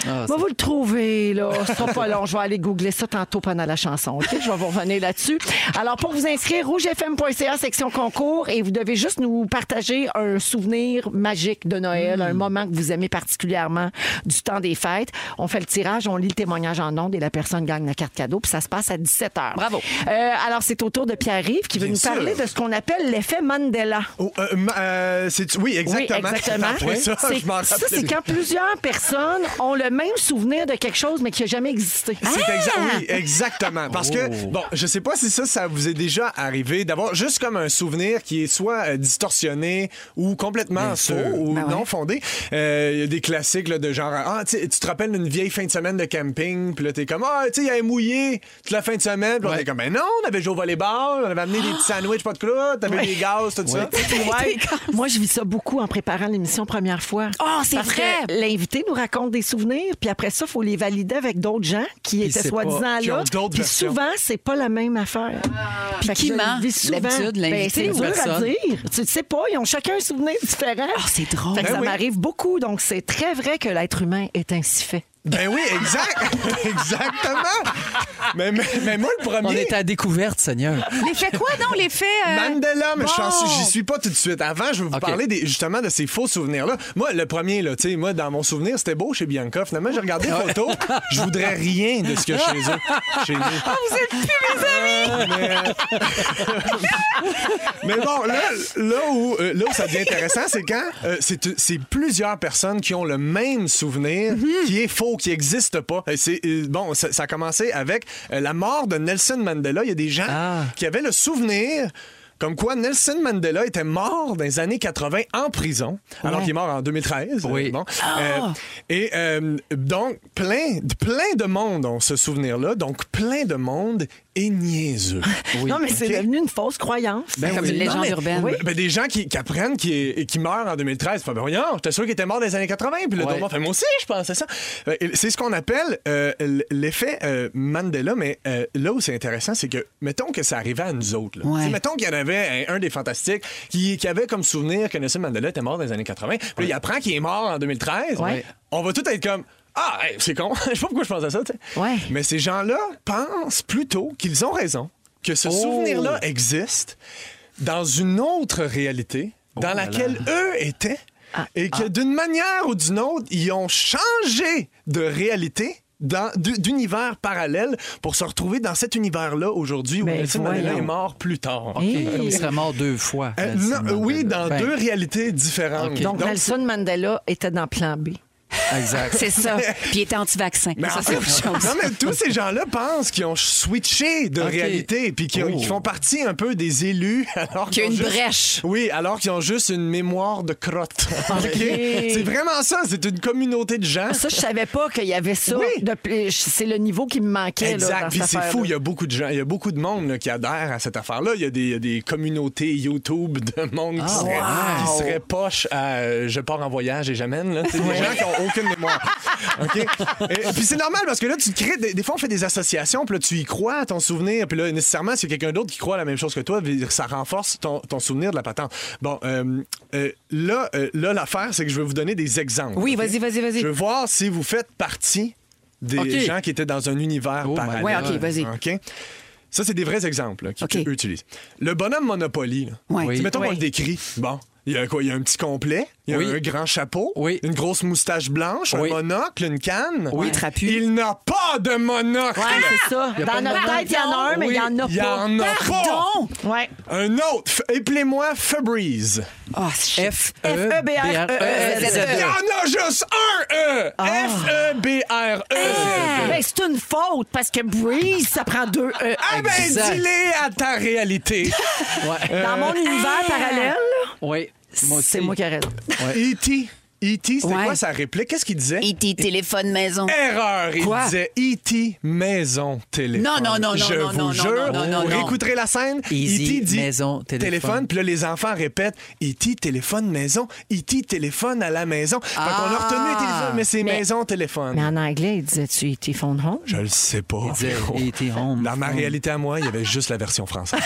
Moi vous le trouvez là, ce sera pas long, je vais aller googler ça tantôt pendant la chanson, OK Je vais vous revenir là-dessus. Alors pour vous inscrire rougefm.ca section concours et vous devez juste nous partager un souvenir magique de
Hmm.
Noël, un moment que vous aimez particulièrement du temps des fêtes. On fait le tirage, on lit le témoignage en ondes et la personne gagne la carte cadeau puis ça se passe à 17h.
Bravo.
alors c'est au tour de Pierre-Yves qui veut
Bien
nous
sûr.
parler de ce qu'on appelle l'effet Mandela.
Oh, euh, ma- euh, c'est- oui, exactement.
Oui, exactement.
Après ça,
C'est-
je m'en
ça, c'est
rappelle.
quand plusieurs personnes ont le même souvenir de quelque chose, mais qui n'a jamais existé. Ah!
C'est
Ah!
exact, oui, exactement. Parce que, bon, je sais pas si ça, ça vous est déjà arrivé d'avoir juste comme un souvenir qui est soit euh, distorsionné ou complètement faux ou
Ben
non fondé. Euh, Il y a des classiques là, de genre, ah, tu sais, tu te rappelles d'une vieille fin de semaine de camping, puis là, t'es comme, ah, tu sais, il y avait mouillé toute la fin de semaine, puis on est comme, ben non, on avait joué au volleyball, on avait amené des petits sandwichs, pas de croûte, t'avais des gaz, tout ça.
Ouais. Moi, je vis ça beaucoup en préparant l'émission première fois.
Oh, c'est
Parce
vrai!
euh,
que L'invité nous raconte des souvenirs, puis après ça, il faut les valider avec d'autres gens qui étaient
c'est
soi-disant
pas-
qui
là.
ont d'autres
Puis
versions.
souvent, c'est pas la même affaire. Fait que
qui
je le
ment?
vis souvent.
L'habitude, l'invité
Ben, C'est
ou
dur à
personne?
dire. Tu sais pas, ils ont chacun un souvenir différent.
Oh, c'est drôle.
Fait que
Ben
ça
oui.
m'arrive beaucoup. Donc, c'est très vrai que l'être humain est ainsi fait.
Ben oui, exact. exactement. Mais, mais, mais moi, le premier.
On est à découverte, Seigneur.
Les faits quoi, non? Les faits. euh,
Mandela, mais je suis en-
bon.
j'y suis pas tout de suite. Avant, je vais vous
OK.
parler des- justement de ces faux souvenirs-là. Moi, le premier, là, tu sais, moi, dans mon souvenir, c'était beau chez Bianca. Finalement, j'ai regardé les photos. Je voudrais rien de ce que chez eux. Chez nous.
Ah, Vous êtes plus mes amis!
Mais bon, là, là, où, euh, là où ça devient intéressant, c'est quand euh, c'est c'est plusieurs personnes qui ont le même souvenir
Mhm.
qui est faux, qui n'existe pas. Et c'est, euh, bon, ça, ça a commencé avec euh, la mort de Nelson Mandela. Il y a des gens
Ah.
qui avaient le souvenir. Comme quoi, Nelson Mandela était mort dans les années 80 en prison, alors qu'il est mort en 2013. euh,
Oui.
bon. Euh, et euh, donc, plein, plein de monde ont ce souvenir-là. Donc, plein de monde est niaiseux.
non, mais c'est
OK?
devenu une fausse croyance.
Comme une légende
Non, mais-
urbaine.
Ben, ben, des gens qui, qui apprennent qui, et qui meurent en 2013. Fait, ben voyons, j'étais sûr qu'il était mort dans les années 80. Puis le
Ouais.
dormant fait, moi aussi, je pensais ça. Euh, et C'est ce qu'on appelle euh, l- l'effet euh, Mandela. Mais euh, là où c'est intéressant, c'est que, mettons que ça arrivait à nous autres. là.
Ouais.
Tu sais, Mettons qu'il y en avait un, un des fantastiques qui, qui avait comme souvenir que Nelson Mandela était mort dans les années 80. Puis là, il apprend qu'il est mort en 2013.
Ouais.
On va tout être comme. Ah, hey, c'est con. Je sais pas pourquoi je pense à ça. tu sais.
Ouais.
Mais ces gens-là pensent plutôt qu'ils ont raison, que
Oh.
ce souvenir-là existe dans une autre réalité dans
Oh
laquelle eux
Ah,
étaient et que d'une manière ou d'une autre, ils ont changé de réalité dans- d'u- d'univers parallèles pour se retrouver dans cet univers-là aujourd'hui où
Mais
Nelson Mandela
Ben, voyons.
est mort plus tard.
OK,
Hey.
il serait mort deux fois.
Euh,
Nelson
non, euh, oui, dans
Mandela. Ben,
deux réalités différentes.
Ok.
Donc, Nelson Mandela était dans Plan B.
Exact.
C'est ça. Puis il était anti-vaccin.
Mais
ça,
en
c'est
fait,
autre chose.
Non, mais tous ces gens-là pensent qu'ils ont switché de
Ok.
réalité puis qu'ils
Oh.
qu'ils font partie un peu des élus. Alors
Qu'il y a
qu'ils
une
ont juste-
brèche.
Oui, alors qu'ils ont juste une mémoire de crotte. Ok? C'est vraiment ça. C'est une communauté de gens.
Ça, je savais pas qu'il y avait ça.
Oui.
de plus- C'est le niveau qui me manquait. Là, dans
Exact. Puis
cette
c'est
affaire-là.
fou, il y a beaucoup de gens, il y a beaucoup de monde là, qui adhèrent à cette affaire-là. Il y a des, il y a des communautés YouTube de monde
Ah,
qui, seraient, qui seraient poches à euh, je pars en voyage et j'amène. là. C'est des gens qui n'ont aucune mémoire. OK? Et, puis c'est normal parce que là, tu te crées. Des, des fois, on fait des associations, puis là, tu y crois à ton souvenir. Puis là, nécessairement, s'il y a quelqu'un d'autre qui croit à la même chose que toi, ça renforce ton, ton souvenir de la patente. Bon, euh, euh, là, euh, là l'affaire, c'est que je vais vous donner des exemples.
Oui,
OK?
vas-y, vas-y, vas-y.
Je veux voir si vous faites partie des
OK.
gens qui étaient dans un univers
Oh my
parallèle.
Ouais, OK, vas-y.
OK? Ça, c'est des vrais exemples là, qu'ils
OK.
qu'ils utilisent. Le bonhomme Monopoly, là.
Ouais.
Tu sais,
Oui.
mettons qu'on
Oui.
le décrit. Bon. Il y a quoi? Il y a un petit complet, il y a
Oui.
un grand chapeau,
Oui.
une grosse moustache blanche,
Oui.
un monocle, une canne.
Oui, trapu.
Il n'a pas de monocle!
Ouais, c'est ça.
Il y a pas
Dans
de
notre
Mandela.
tête, il y en a un, mais il y en a
Il y
pas.
en a
Pardon!
Ouais. Ouais.
pas! Un autre! F- Appelez-moi Febreze.
Ah, shit.
F
E, B, R, E, E, Z,
Euh.
Il y en a juste un E! F-E-B-R-E!
Ben, c'est une faute parce que Breeze, ça prend deux E.
Ah ben,
Exact.
dis-les à ta réalité.
Ouais.
Dans
ben,
mon univers parallèle,
Oui. Moi aussi.
c'est moi qui arrête.
E.T. E.T., c'était
Ouais.
E quoi sa réplique? Qu'est-ce qu'il disait?
E.T. téléphone maison.
Erreur! Il
Quoi?
disait E.T. maison téléphone.
Non, non, non, non,
Je
non,
vous
non, non,
jure,
non, non,
vous
non.
réécouterez la scène.
Easy,
E.T. dit
maison, téléphone.
Puis là, les enfants répètent E.T. téléphone maison, E.T. téléphone à la maison. Fait qu'on a retenu
Ah.
téléphone, mais c'est
Mais-
maison téléphone.
Mais en anglais, il disait tu étais phone home?
Je le sais pas.
disait
frérot.
E
E.T. home.
Dans ma
Home.
réalité à moi, il y avait juste la version française.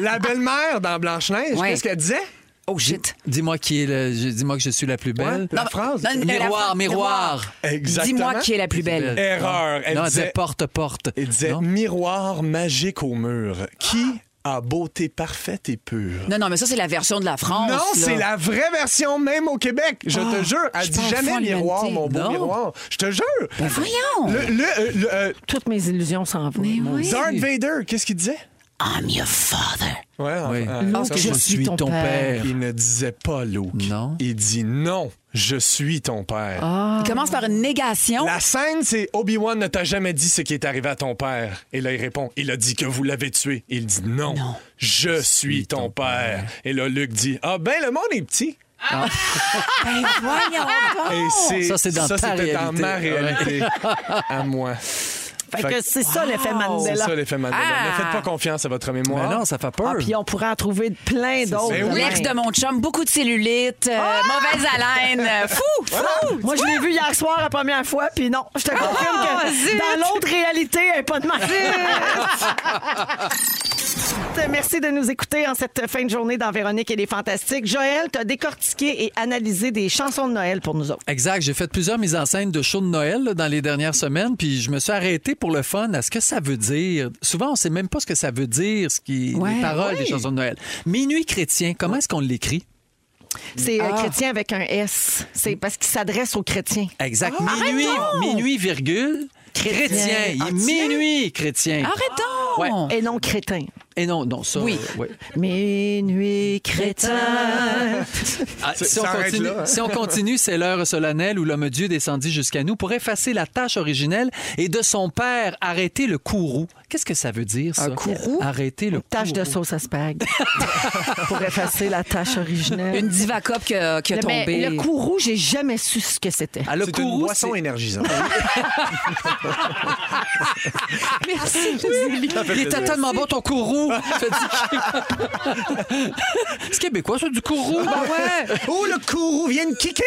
la belle-mère dans Blanche-Neige,
Ouais.
qu'est-ce qu'elle disait?
Oh, shit.
Dis-moi qui est le... je- Dis-moi que je suis la plus belle.
Ouais. La phrase.
mais la
Miroir,
phrase-
miroir.
Exactement.
Dis-moi qui est la plus belle.
Erreur. Elle
non, elle
disait-
disait porte-porte.
Il disait
Non?
miroir magique au mur. Qui a beauté parfaite et pure?
Non, non, mais ça, c'est la version de la France.
Non,
là.
c'est la vraie version même au Québec. Je te jure,
Ah, je
elle dit
pense pas
jamais
à
miroir,
l'humanité.
mon beau
Non.
miroir. Je te jure.
Mais voyons!
Le, le- euh, le, euh,
Toutes mes illusions s'en vont.
Mais
Mon
oui.
Darth Vader, qu'est-ce qu'il disait?
I'm your father.
Ouais,
Oui.
enfin, euh,
Dieu.
pense
Luke,
que
Je suis ton, père.
Il ne disait pas Luke.
Non.
Il dit non, je suis ton père.
Il commence par une négation.
La scène, c'est Obi-Wan ne t'a jamais dit ce qui est arrivé à ton père. Et là, il répond, il a dit que vous l'avez tué. Et il dit non, je suis ton, père. Et là, Luc dit, ah ben, le monde est petit.
Ben, voyons donc.
Et c'est,
Ça, c'est dans ta
c'était dans
réalité.
ma réalité, à moi.
Fait que c'est ça l'effet
C'est
Mandela.
ça l'effet Mandela.
Ah.
Ne faites pas confiance à votre mémoire.
Mais non, ça fait
Ah,
peur.
puis on pourrait en trouver plein d'autres.
Mais Ben oui.
demain.
Ah!
L'ex de mon chum, beaucoup de cellulite, euh, mauvaise haleine. euh, Fou! Fou!
Moi, je l'ai vu hier soir la première fois, puis non, je te confirme que dans l'autre réalité, elle n'est pas de ma Merci de nous écouter en cette fin de journée dans Véronique et les Fantastiques. Joël, t'as décortiqué et analysé des chansons de Noël pour nous autres.
Exact. J'ai fait plusieurs mises en scène de shows de Noël là, dans les dernières semaines, puis je me suis arrêté pour le fun à ce que ça veut dire. Souvent, on sait même pas ce que ça veut dire, ce qui
Ouais.
les paroles des chansons de Noël. Minuit chrétien, comment est-ce qu'on l'écrit?
C'est euh, chrétien avec un S. C'est parce qu'il s'adresse aux chrétiens.
Exact. minuit, minuit, virgule, chrétien. Il est minuit chrétien.
Arrêtons!
Ouais.
Et non crétin.
Et non, non, ça.
Oui.
euh, ouais.
Minuit crétin.
Ah,
Ça-
si, on
ça arrête
continue,
là, hein?
si on continue, c'est l'heure solennelle où l'homme Dieu descendit jusqu'à nous pour effacer la tâche originelle et de son père arrêter le courroux. Qu'est-ce que ça veut dire, ça?
Un courroux?
Arrêter le
Tâche de
courroux.
sauce à spag. pour effacer la tâche originelle.
Une divacope qui a, qui a
Mais
tombé.
le courroux, j'ai jamais su ce que c'était.
Ah, le
C'est une
courroux,
boisson
c'est-
énergisante.
Merci,
Il était tellement bon ton courroux. Je dis- C'est québécois, ça, du courroux.
oh, le courroux vient de kicker!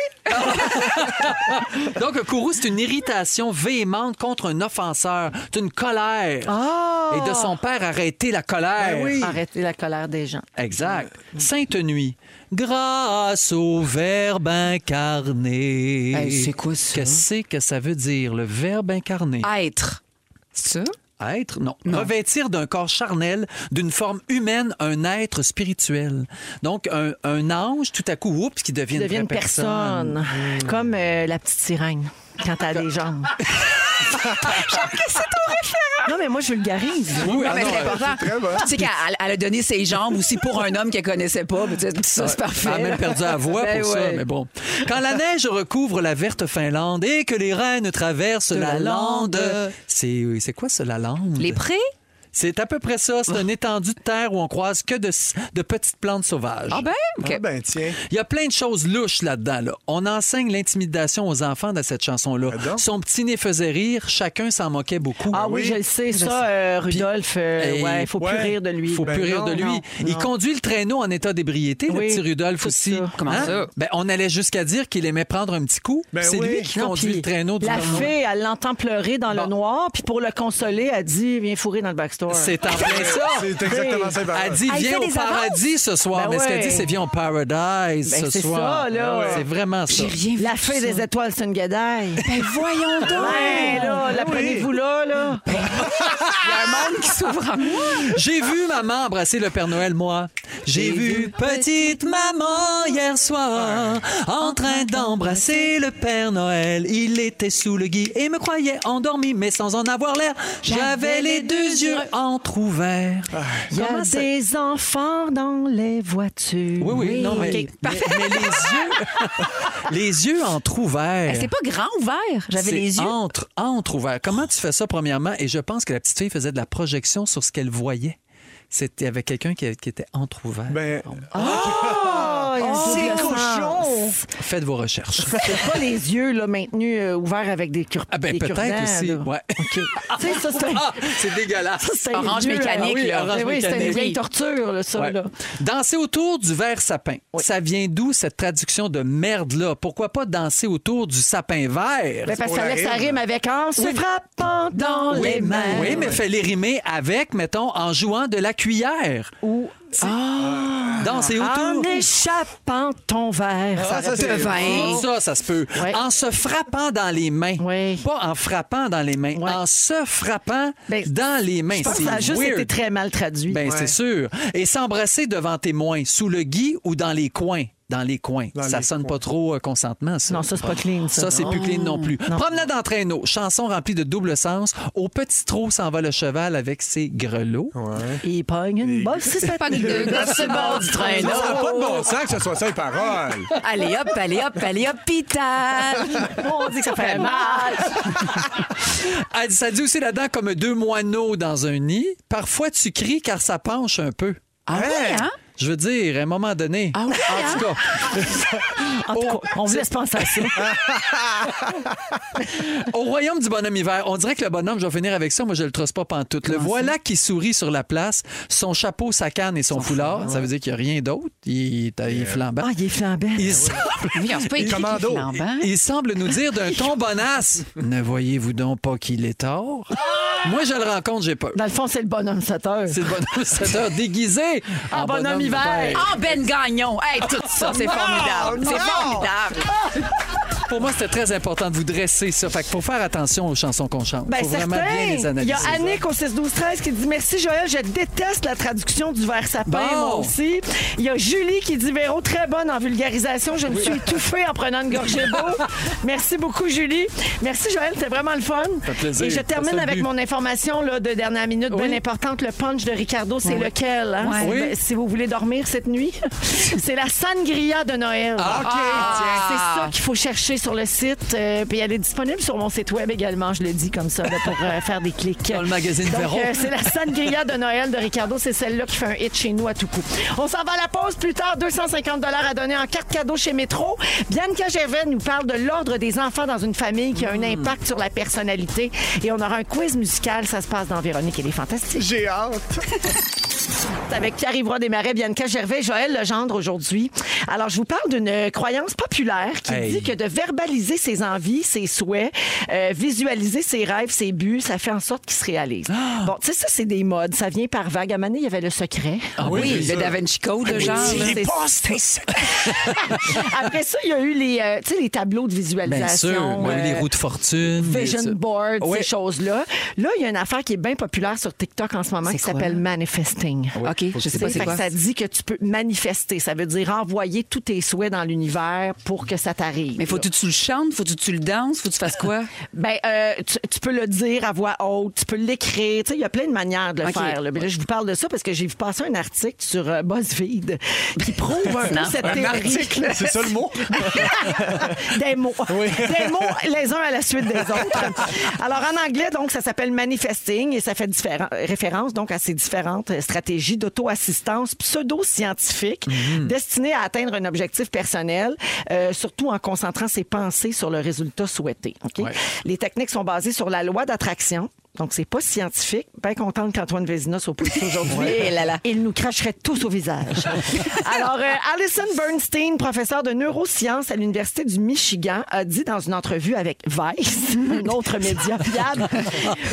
Donc, un courroux, c'est une irritation véhémente contre un offenseur. C'est une colère. Et de son père arrêter la colère.
Ah. Ben oui.
Arrêter la colère des gens.
Exact. Sainte Nuit. Grâce au Verbe incarné.
Hey, c'est quoi ça?
Qu'est-ce que ça veut dire, le Verbe incarné?
Être. C'est ça?
être, non, revêtir d'un corps charnel, d'une forme humaine, un être spirituel. Donc, un, un ange, tout à coup, oups, qui devient,
Tu deviens
une
une
vraie
personne. Comme euh, la petite sirène, quand t'as des jambes. Non, mais moi, je vulgarise.
Oui, oui, ah
mais
non,
c'est
euh,
important.
très bon.
Ben, Tu sais qu'elle elle- elle a donné ses jambes aussi pour un homme qu'elle connaissait pas. mais tu sais, Ça, c'est parfait.
Elle a même perdu la voix
Ben
pour ça,
ouais.
mais bon. Quand la neige recouvre la verte Finlande et que les rennes traversent la,
la
lande,
lande.
c'est c'est quoi ça, la lande?
Les prés?
C'est à peu près ça. C'est une étendue de terre où on croise que de, de petites plantes sauvages.
Ah ben, OK.
Ah ben tiens.
Il y a plein de choses louches là-dedans. là. On enseigne l'intimidation aux enfants dans cette chanson-là.
Ah donc?
Son petit nez faisait rire, chacun s'en moquait beaucoup.
Ah oui, je le sais, ça, euh, Rudolph. euh,
Puis-
ouais, il faut plus
Ouais.
rire de lui.
Ben faut
Ben
plus rire
non,
de lui.
non,
Il
non.
conduit le traîneau en état d'ébriété, le
Oui,
petit Rudolph
tout
aussi.
ça.
Comment ça?
Ben, on allait jusqu'à dire qu'il aimait prendre un petit coup.
Ben
C'est
oui.
lui qui
Non,
conduit
puis
le traîneau du
La
traîneau.
fée, elle l'entend pleurer dans le noir, puis pour le consoler, elle dit Viens fourrer dans le backstore.
C'est en plein ça.
Ah,
C'est exactement ça. les paroles.
Elle dit
Elle
viens
fait
au
des
paradis ce soir.
Ben
mais ce qu'elle
ouais.
dit, c'est viens au paradise
Ben,
ce
c'est
soir. Ah
ça, là.
C'est vraiment ça.
rien vu
La
de
fée
ça.
des étoiles, c'est une gadaille.
Ben voyons donc!
Ouais, là, la
Oui.
prenez-vous là, là.
Il y a un monde qui s'ouvre en moi.
J'ai vu maman embrasser le Père Noël, moi. J'ai vu petite maman hier soir en train d'embrasser le Père Noël. Il était sous le gui et me croyait endormi, mais sans en avoir l'air. J'avais les deux yeux entrouverts.
Il y a
Comment ça-
des enfants dans les voitures.
Oui, oui, non, mais,
OK.
mais- mais les yeux, les yeux entrouverts.
C'est pas grand ouvert. J'avais
C'est
les yeux.
Entre, entre ouvert. Comment tu fais ça, premièrement? Et je pense que la petite fille faisait de la projection sur ce qu'elle voyait. C'était avec quelqu'un qui, qui était entrouvert.
Ben,
Ah,
Oh,
il y a un
c'est
double
cochon.
sens.
Faites vos recherches.
C'est pas les yeux là, maintenus euh, ouverts avec des cure
Ah ben
des
peut-être
cure-dents,
aussi.
là.
Ouais.
Tu sais, ça, c'est un-
Ah, c'est dégueulasse.
c'est un
Orange
vieux,
mécanique,
ah oui,
là.
orange
Orange
oui, c'est une
mécanique.
vieille torture, là, ça.
Ouais.
Là.
Danser autour du verre sapin. Ça vient d'où cette traduction de merde-là? Pourquoi pas danser autour du sapin vert?
Ben, parce que ça
la
laisse ça
rime.
rime avec en se frappant dans
oui, ben
les mains.
oui, mais fais-les rimer avec, mettons, en jouant de la cuillère. Ah!
Ou
Danser
en
autour.
échappant ton verre.
ah, ça,
Le
c'est
vin.
Ça, ça se peut.
Ouais.
En se frappant dans les mains.
Oui.
Pas en frappant dans les mains.
Ouais.
En se frappant
Ben,
dans les mains.
Je pense
C'est
que ça a juste
weird.
été très mal traduit.
Ben, c'est sûr. Et s'embrasser devant témoins, sous le gui ou dans les coins. Dans les coins.
Dans
ça
les
sonne
coins.
pas trop euh, consentement, ça.
Non, ça, c'est pas clean, ça.
c'est plus clean non plus. Promenade en traîneau, chanson remplie de double sens. Au petit trot s'en va le cheval avec ses grelots.
Il pogne une bosse, c'est ça.
Pogne deux gosses sur le bord du train.
Ça n'a pas de bon sens que ce soit ça les paroles.
Allez hop, allez hop, allez hop, pitale.
On dit que ça fait mal.
Ah, Ça dit aussi là-dedans comme deux moineaux dans un nid. Parfois, tu cries car ça penche un peu.
Ah oui, hein?
Je veux dire, à un moment donné.
Ah oui,
en tout cas.
En tout cas, on vous laisse penser à ça.
Au royaume du bonhomme hiver, on dirait que le bonhomme, je vais finir avec ça, moi je le trosse pas pantoute. le voilà qui sourit sur la place, son chapeau, sa canne et son, foulard, ça veut dire qu'il n'y a rien d'autre, il, est- il est flambant.
Ah, il est flambant.
Il semble,
Oui, on se peut hein? écrire
Commando.
qu'il est flambant.
il semble nous dire d'un ton bonasse Ne voyez-vous donc pas qu'il est tard
Ah!
Moi je le rencontre, j'ai peur.
Dans le fond, c'est le bonhomme 7 heures.
C'est le bonhomme 7 heures déguisé
En bonhomme hiver.
Ah, Ben Gagnon! Hey, tout ça, c'est formidable! C'est formidable!
Pour moi, c'était très important de vous dresser ça. Fait que faut faire attention aux chansons qu'on chante.
Ben,
faut vraiment
certain.
bien les
Il
analyser.
y a Annick au 6 12 13 qui dit merci Joël, je déteste la traduction du verre sapin
Bon.
moi aussi. Il y a Julie qui dit Véro très bonne en vulgarisation, je me suis étouffée en prenant une gorgée d'eau. merci beaucoup Julie. Merci Joël, c'était vraiment le fun.
fait plaisir.
Et je
Ça, c'est
termine
le
avec
but.
mon information là, de dernière minute bien importante, le punch de Ricardo, c'est lequel hein?
Ouais.
Si-
Oui.
ben, Si vous voulez dormir cette nuit, c'est la sangria de Noël. Ah, C'est ça qu'il faut chercher sur le site. euh, puis elle est disponible sur mon site web également, je le dis comme ça, là, pour euh, faire des clics.
Dans le magazine
Donc,
Véro.
euh, c'est la sangria de Noël de Ricardo. C'est celle-là qui fait un hit chez nous à tout coup. On s'en va à la pause. Plus tard, 250 à donner en carte cadeau chez Métro. Bianca Gervais nous parle de l'ordre des enfants dans une famille qui a un
Hmm.
impact sur la personnalité. Et on aura un quiz musical. Ça se passe dans Véronique et les Fantastiques.
J'ai hâte.
avec Pierre-Yves Roy Desmarais, Bianca Gervais, Joël Legendre aujourd'hui. Alors, je vous parle d'une euh, croyance populaire qui
Hey.
dit que de verbaliser ses envies, ses souhaits, euh, visualiser ses rêves, ses buts, ça fait en sorte qu'ils se réalisent.
Ah!
Bon, tu sais, ça, c'est des modes. Ça vient par vague. À un moment donné, il y avait le secret.
Ah
oui,
oui, c'est
le Da Vinci Code, genre. là, c'est-
Après ça, il y a eu les, euh, tu sais, les tableaux de
Bien
visualisation.
sûr. Moi, les
euh,
roues de fortune.
Vision
les- ça.
board,
Ouais.
ces choses-là. Là, il y a une affaire qui est bien populaire sur TikTok en ce moment
C'est
qui
quoi?
s'appelle manifesting.
OK, je sais
Tu
pas
sais,
c'est
fait que
quoi.
ça dit que tu peux manifester. Ça veut dire envoyer tous tes souhaits dans l'univers pour que ça t'arrive.
Mais faut-tu que tu le chantes? Faut-tu que tu le danses? Faut-tu que tu fasses quoi?
Ben, euh, tu, tu peux le dire à voix haute, tu peux l'écrire. Tu sais, il y a plein de manières de le
OK.
faire. là. Mais là, je vous parle de ça parce que j'ai vu passer un article sur euh, BuzzFeed qui prouve un peu
Non.
cette
Un
théorie.
article, c'est ça le mot?
des mots. Des mots les uns à la suite des autres. Alors, en anglais, donc, ça s'appelle manifesting et ça fait différen- référence, donc, à ces différentes euh, stratégies d'auto-assistance pseudo-scientifique destinées à atteindre un objectif personnel, euh, surtout en concentrant ses pensées sur le résultat souhaité. OK? Les techniques sont basées sur la loi d'attraction. Donc, c'est pas scientifique. Bien contente qu'Antoine Vézina s'oppose aujourd'hui.
Eh là là.
Il nous cracherait tous au visage. Alors, euh, Alison Bernstein, professeur de neurosciences à l'Université du Michigan, a dit dans une entrevue avec Vice, un autre média fiable,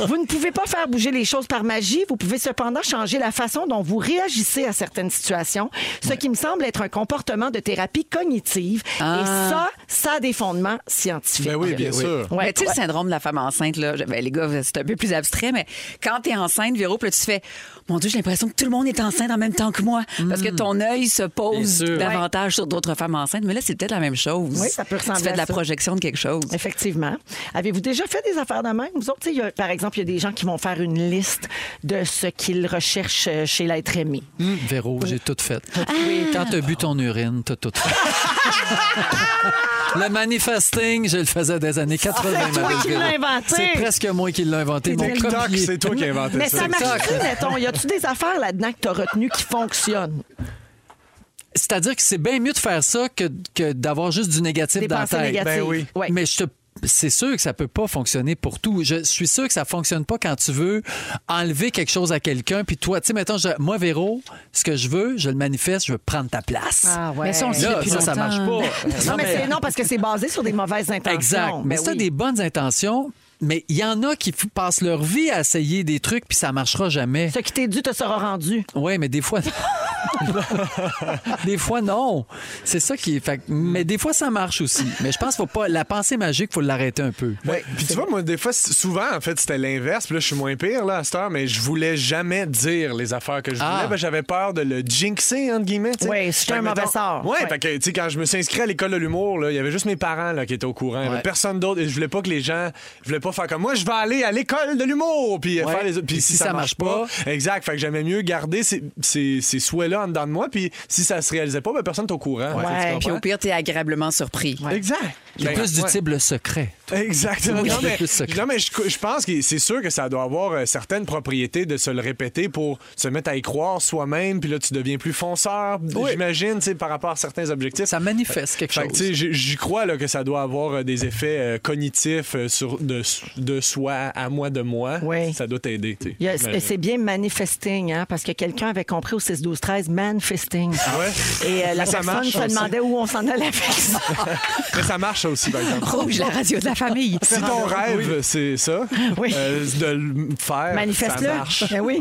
Vous ne pouvez pas faire bouger les choses par magie, vous pouvez cependant changer la façon dont vous réagissez à certaines situations, ce qui me semble être un comportement de thérapie cognitive. Et ça, ça a des fondements scientifiques.
Ben oui, bien sûr.
Ouais,
mais tu sais,
ouais.
le syndrome de la femme enceinte, là, ben, les gars, c'est un peu plus abstrait, mais quand t'es enceinte, Véro, puis là, tu fais Mon Dieu, j'ai l'impression que tout le monde est enceinte en même temps que moi. Parce
Mm.
que ton œil se pose
Bien sûr.
davantage sur d'autres femmes enceintes. Mais là, c'est peut-être la même chose.
Oui, ça peut ressembler
Tu fais de
à
la
ça.
projection de quelque chose.
Effectivement. Avez-vous déjà fait des affaires de même? Vous autres, tu sais, il y a- par exemple, il y a des gens qui vont faire une liste de ce qu'ils recherchent euh, chez l'être aimé.
Ben, Hum, Véro, j'ai tout fait.
Ah.
Quand t'as bu ton urine, t'as tout fait. Le manifesting, je le faisais des années 80.
C'est toi
Madame
qui
Véro.
l'as inventé.
C'est presque moi qui l'ai inventé. Mon
TikTok,
copier.
c'est toi qui as inventé
Mais
ça.
ça marche, mettons. Y a-tu des affaires là-dedans que t'as retenues qui fonctionnent?
C'est-à-dire que c'est bien mieux de faire ça que, que d'avoir juste du négatif
Des
dans la
pensées
tête.
négatives.
Ben oui.
Ouais.
Mais je te c'est sûr que ça peut pas fonctionner pour tout. Je suis sûr que ça fonctionne pas quand tu veux enlever quelque chose à quelqu'un puis toi, tu sais mettons je- moi Véro, ce que je veux, je le manifeste, je veux prendre ta place.
Ah ouais.
Mais ça, on le sait
Là,
depuis
ça, ça
longtemps.
marche pas.
non, mais c'est non, parce que c'est basé sur des mauvaises intentions.
Exact. Mais
Ben
si t'as
oui.
des bonnes intentions, mais il y en a qui f- passent leur vie à essayer des trucs puis ça marchera jamais.
Ce qui t'est dû te sera rendu.
Oui, mais des fois. des fois, non. C'est ça qui est. fait que- Mais des fois, ça marche aussi. Mais je pense qu'il faut pas. La pensée magique, il faut l'arrêter un peu.
Ben, Puis tu vois, moi, des fois, c- souvent, en fait, c'était l'inverse. Puis là, je suis moins pire, là, à cette heure, mais je voulais jamais dire les affaires que je voulais.
Ah.
Ben, j'avais peur de le jinxer, entre guillemets. tu sais.
Ouais, c'était
Fait
un
que,
mauvais
mettons-
sort.
Ouais,
Ouais.
fait que, tu sais, quand je me suis inscrit à l'école de l'humour, là, il y avait juste mes parents, là, qui étaient au courant. Il y avait
Ouais.
Personne d'autre. Et je voulais pas que les gens. Je voulais pas faire comme moi, je vais aller à l'école de l'humour. Puis euh,
Ouais.
faire les. Puis
Et
si, ça, marche pas. Exact. Fait que j'aimais mieux garder ces, ces- ces souhaits-là en dedans de moi. Puis si ça se réalisait pas, ben, personne t'est au courant.
Ouais.
Fait que tu
Puis au
comprends?
pire, t'es agréablement surpris.
Exact.
C'est
Ben,
plus du
ouais.
type le secret.
Exactement.
Oui,
Non,
le
mais,
plus secret.
non, mais je, je pense que c'est sûr que ça doit avoir euh, certaines propriétés de se le répéter pour se mettre à y croire soi-même, puis là, tu deviens plus fonceur, j'imagine, tu sais, par rapport à certains objectifs.
Ça manifeste quelque
Fait que, tu sais,
chose.
j- j'y crois là, que ça doit avoir euh, des effets euh, cognitifs euh, sur de, de soi à moi de moi.
Oui.
Ça doit t'aider. tu sais,
Il y a-
j'imagine.
C'est bien manifesting, hein, parce que quelqu'un avait compris au 6-12-13 manifesting.
Ah ouais?
Et euh, la
Ça
personne
marche,
se
on le
demandait où on s'en allait avec ça.
Mais ça marche ça aussi, par exemple.
Rouge, la radio de la famille.
Si ton rêve, c'est ça,
Oui.
euh, de le faire,
Manifeste-le.
ça marche.
Ben oui.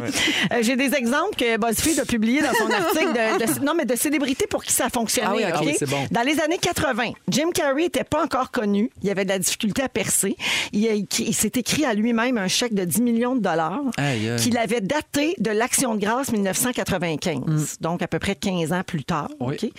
Euh, J'ai des exemples que BuzzFeed a publiés dans son article de, de- non, mais de célébrités pour qui ça a fonctionné.
Ah oui, ok,
ok?
c'est bon.
Dans les années 80, Jim Carrey n'était pas encore connu. Il avait de la difficulté à percer. Il, a- il- il s'est écrit à lui-même un chèque de 10 millions de dollars
Aïe, aïe.
qu'il avait daté de l'Action de grâce 1995, donc à peu près 15 ans plus tard.
Oui.
ok?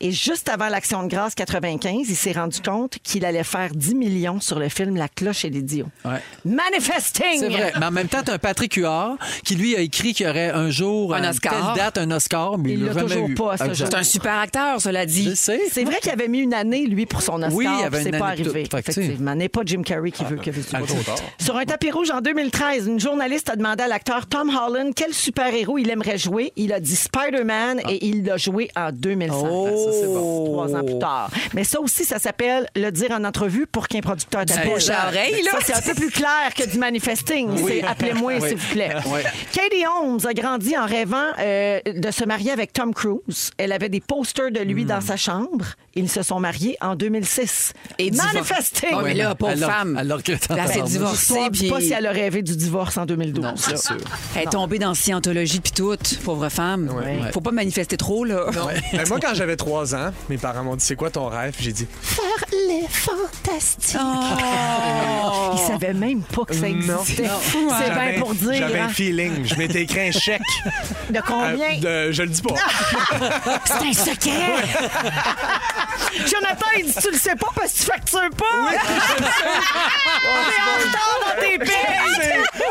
Et juste avant l'Action de grâce 95, il s'est rendu compte qu'il allait faire 10 millions sur le film La cloche et l'idiot.
Ouais.
Manifesting!
C'est vrai. Mais en même temps, t'as un Patrick Huard qui, lui, a écrit qu'il y aurait un jour,
Un
à
Oscar.
telle date, un Oscar, mais il
Il
l'a
l'a
jamais
toujours
eu. Ah,
pas, ce
Exact.
C'est un super acteur, cela
Je
dit.
sais.
C'est vrai qu'il avait mis une année, lui, pour son Oscar.
Oui, il y avait
puis
une
c'est pas
année de
arrivé.
tout. Fait que, tu sais.
effectivement. N'est pas Jim Carrey qui veut que
Ah,
vous
trop tard.
Sur un tapis rouge en 2013, une journaliste a demandé à l'acteur Tom Holland quel super-héros il aimerait jouer. Il a dit Spider-Man Spider-Man et il l'a joué en 2005.
Oh!
Ça, c'est bon. Trois ans plus tard. Mais ça aussi, ça s'appelle le dire en entrevue pour qu'un producteur t'appelle.
bouche à oreille, là.
Ça, c'est un peu plus clair que du manifesting. C'est appelez-moi, s'il vous plaît. Katie Holmes a grandi en rêvant euh, de se marier avec Tom Cruise. Elle avait des posters de lui dans sa chambre. Ils se sont mariés en 2006.
Et divor-
manifesting.
Ah, mais là, pauvre
Alors-
femme.
alors que t'en
Là,
parles.
c'est divorcé,
L'histoire dit
puis
pas si elle a rêvé du divorce en 2012.
Non,
là.
c'est sûr.
elle est tombée dans scientologie puis tout, pauvre femme. Faut pas manifester trop là.
Ben, moi, quand j'avais 3 ans, mes parents m'ont dit C'est quoi ton rêve Puis J'ai dit
Faire les fantastiques.
Oh.
Ils savaient même pas que ça existait. C'est
J'avais-
bien pour dire.
J'avais
hein.
un feeling. Je m'étais écrit un chèque.
De combien? Ah,
Euh, de- je le dis pas.
C'est un secret.
Jonathan, il dit tu le sais pas parce que tu factures pas. T'es en retard dans tes payes.
C'est-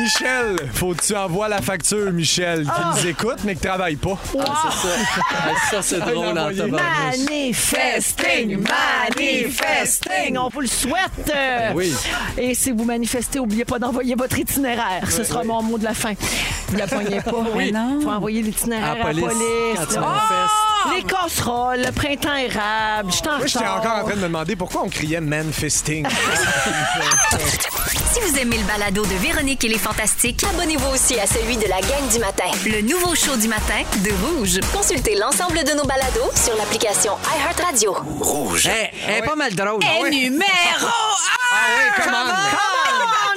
Michel, faut que tu envoies la facture, Michel, qui
Ah.
nous écoute, mais qui travaille pas.
Ah, Ça, c'est drôle en
envoyé.
Ah,
tabarnouche.
Manifesting, manifesting. On vous le souhaite. euh,
oui.
Et si vous manifestez, n'oubliez pas d'envoyer votre itinéraire. Ce sera mon mot de la fin. Vous ne pognez pas.
Oui.
Il faut envoyer l'itinéraire à la police.
quand tu
là.
Oh!
manifestes.
Oh! Les casseroles, le printemps érable, je t'en
Moi, j'étais encore en train de me demander pourquoi on criait manifesting.
Si vous aimez le balado de Véronique et les Fantastiques,
Abonnez-vous aussi à celui de la gang du matin.
le nouveau show du matin de Rouge.
Consultez l'ensemble de nos balados sur l'application iHeartRadio.
Rouge.
Eh, Elle est pas mal drôle. hein?
Numéro
Ah,
Come on.
Come on!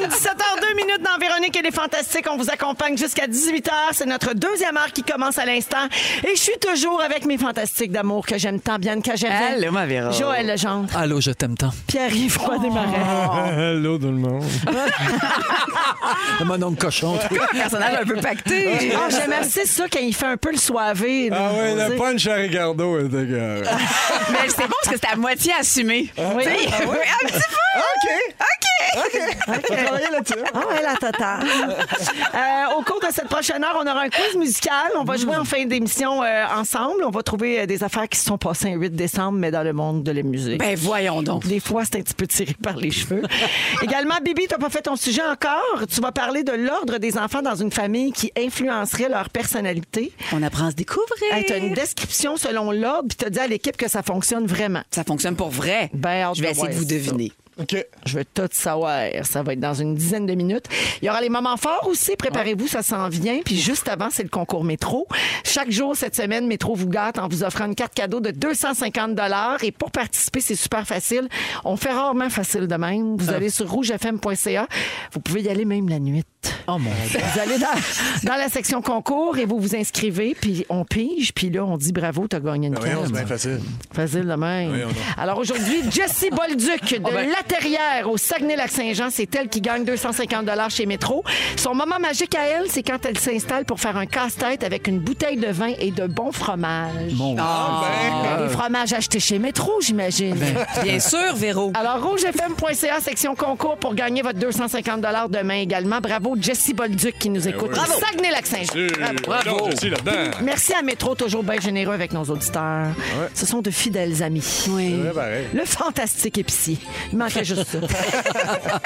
17h02 minutes dans Véronique et les Fantastiques. On vous accompagne jusqu'à 18h. C'est notre deuxième heure qui commence à l'instant. Et je suis toujours avec mes Fantastiques d'amour que j'aime tant, Bianca Gervais.
Allô, ma Véro.
Joël Legendre.
Allô, je t'aime tant.
Pierre-Yves Roy-Desmarais.
Hello tout le monde.
Mon oncle cochon. toi.
un personnage un peu pacté.
Ah, j'aime assez ça quand il fait un peu le soivé. là.
Ah ouais,
Tu
le
sais.
punch à Ricardo était que-
Ah.
Mais c'est bon parce que c'est à moitié assumé.
Ah
Oui.
Oui, un petit peu.
OK.
On travaillait là-dessus. Ah ouais, la totale. Euh, au cours de cette prochaine heure, on aura un quiz musical. On va jouer en fin d'émission euh, ensemble. On va trouver euh, des affaires qui se sont passées le 8 décembre, mais dans le monde de la musique.
Ben voyons donc.
Des fois, c'est un petit peu tiré par les cheveux. Également, Bibi, tu pas fait ton sujet encore. Tu vas parler de l'ordre des enfants dans une famille qui influencerait leur personnalité.
On apprend à se découvrir.
tu as une description selon l'ordre, puis tu as dit à l'équipe que ça fonctionne vraiment.
Ça fonctionne pour vrai.
Ben, hâte
je vais
de
essayer de
voir
vous
ça.
deviner.
OK.
Je veux tout savoir. Ça va être dans une dizaine de minutes. Il y aura les moments forts aussi. Préparez-vous, ça s'en vient. Puis juste avant, c'est le concours Métro. Chaque jour cette semaine, Métro vous gâte en vous offrant une carte cadeau de 250 Et pour participer, c'est super facile. On fait rarement facile de même. Vous allez sur rougefm.ca. Vous pouvez y aller même la nuit.
Oh mon dieu.
Vous allez dans, dans la section concours et vous vous inscrivez, puis on pige, puis là, on dit bravo, t'as gagné une
Ben voyons,
carte.
c'est bien facile.
Facile de même.
Oui, on a- Ah, ben.
Alors aujourd'hui, Jessie Bolduc de La Terrière au Saguenay-Lac-Saint-Jean, c'est elle qui gagne 250 chez Métro. Son moment magique à elle, c'est quand elle s'installe pour faire un casse-tête avec une bouteille de vin et de bon fromage.
Mon Dieu.
Ah, ben.
ben.
Ben.
Des fromages achetés chez Métro, j'imagine.
Bien sûr, Véro.
Alors, rougefm.ca, section concours pour gagner votre 250 demain également. Bravo, Jessie Bolduc qui nous écoute.
Ben oui.
au Saguenay-Lac-Saint-Jean.
Non, je suis là-dedans.
Merci à Métro, toujours bien généreux avec nos auditeurs. Ce sont de fidèles amis.
Ouais, pareil.
Le fantastique épicier. Il manquait juste ça.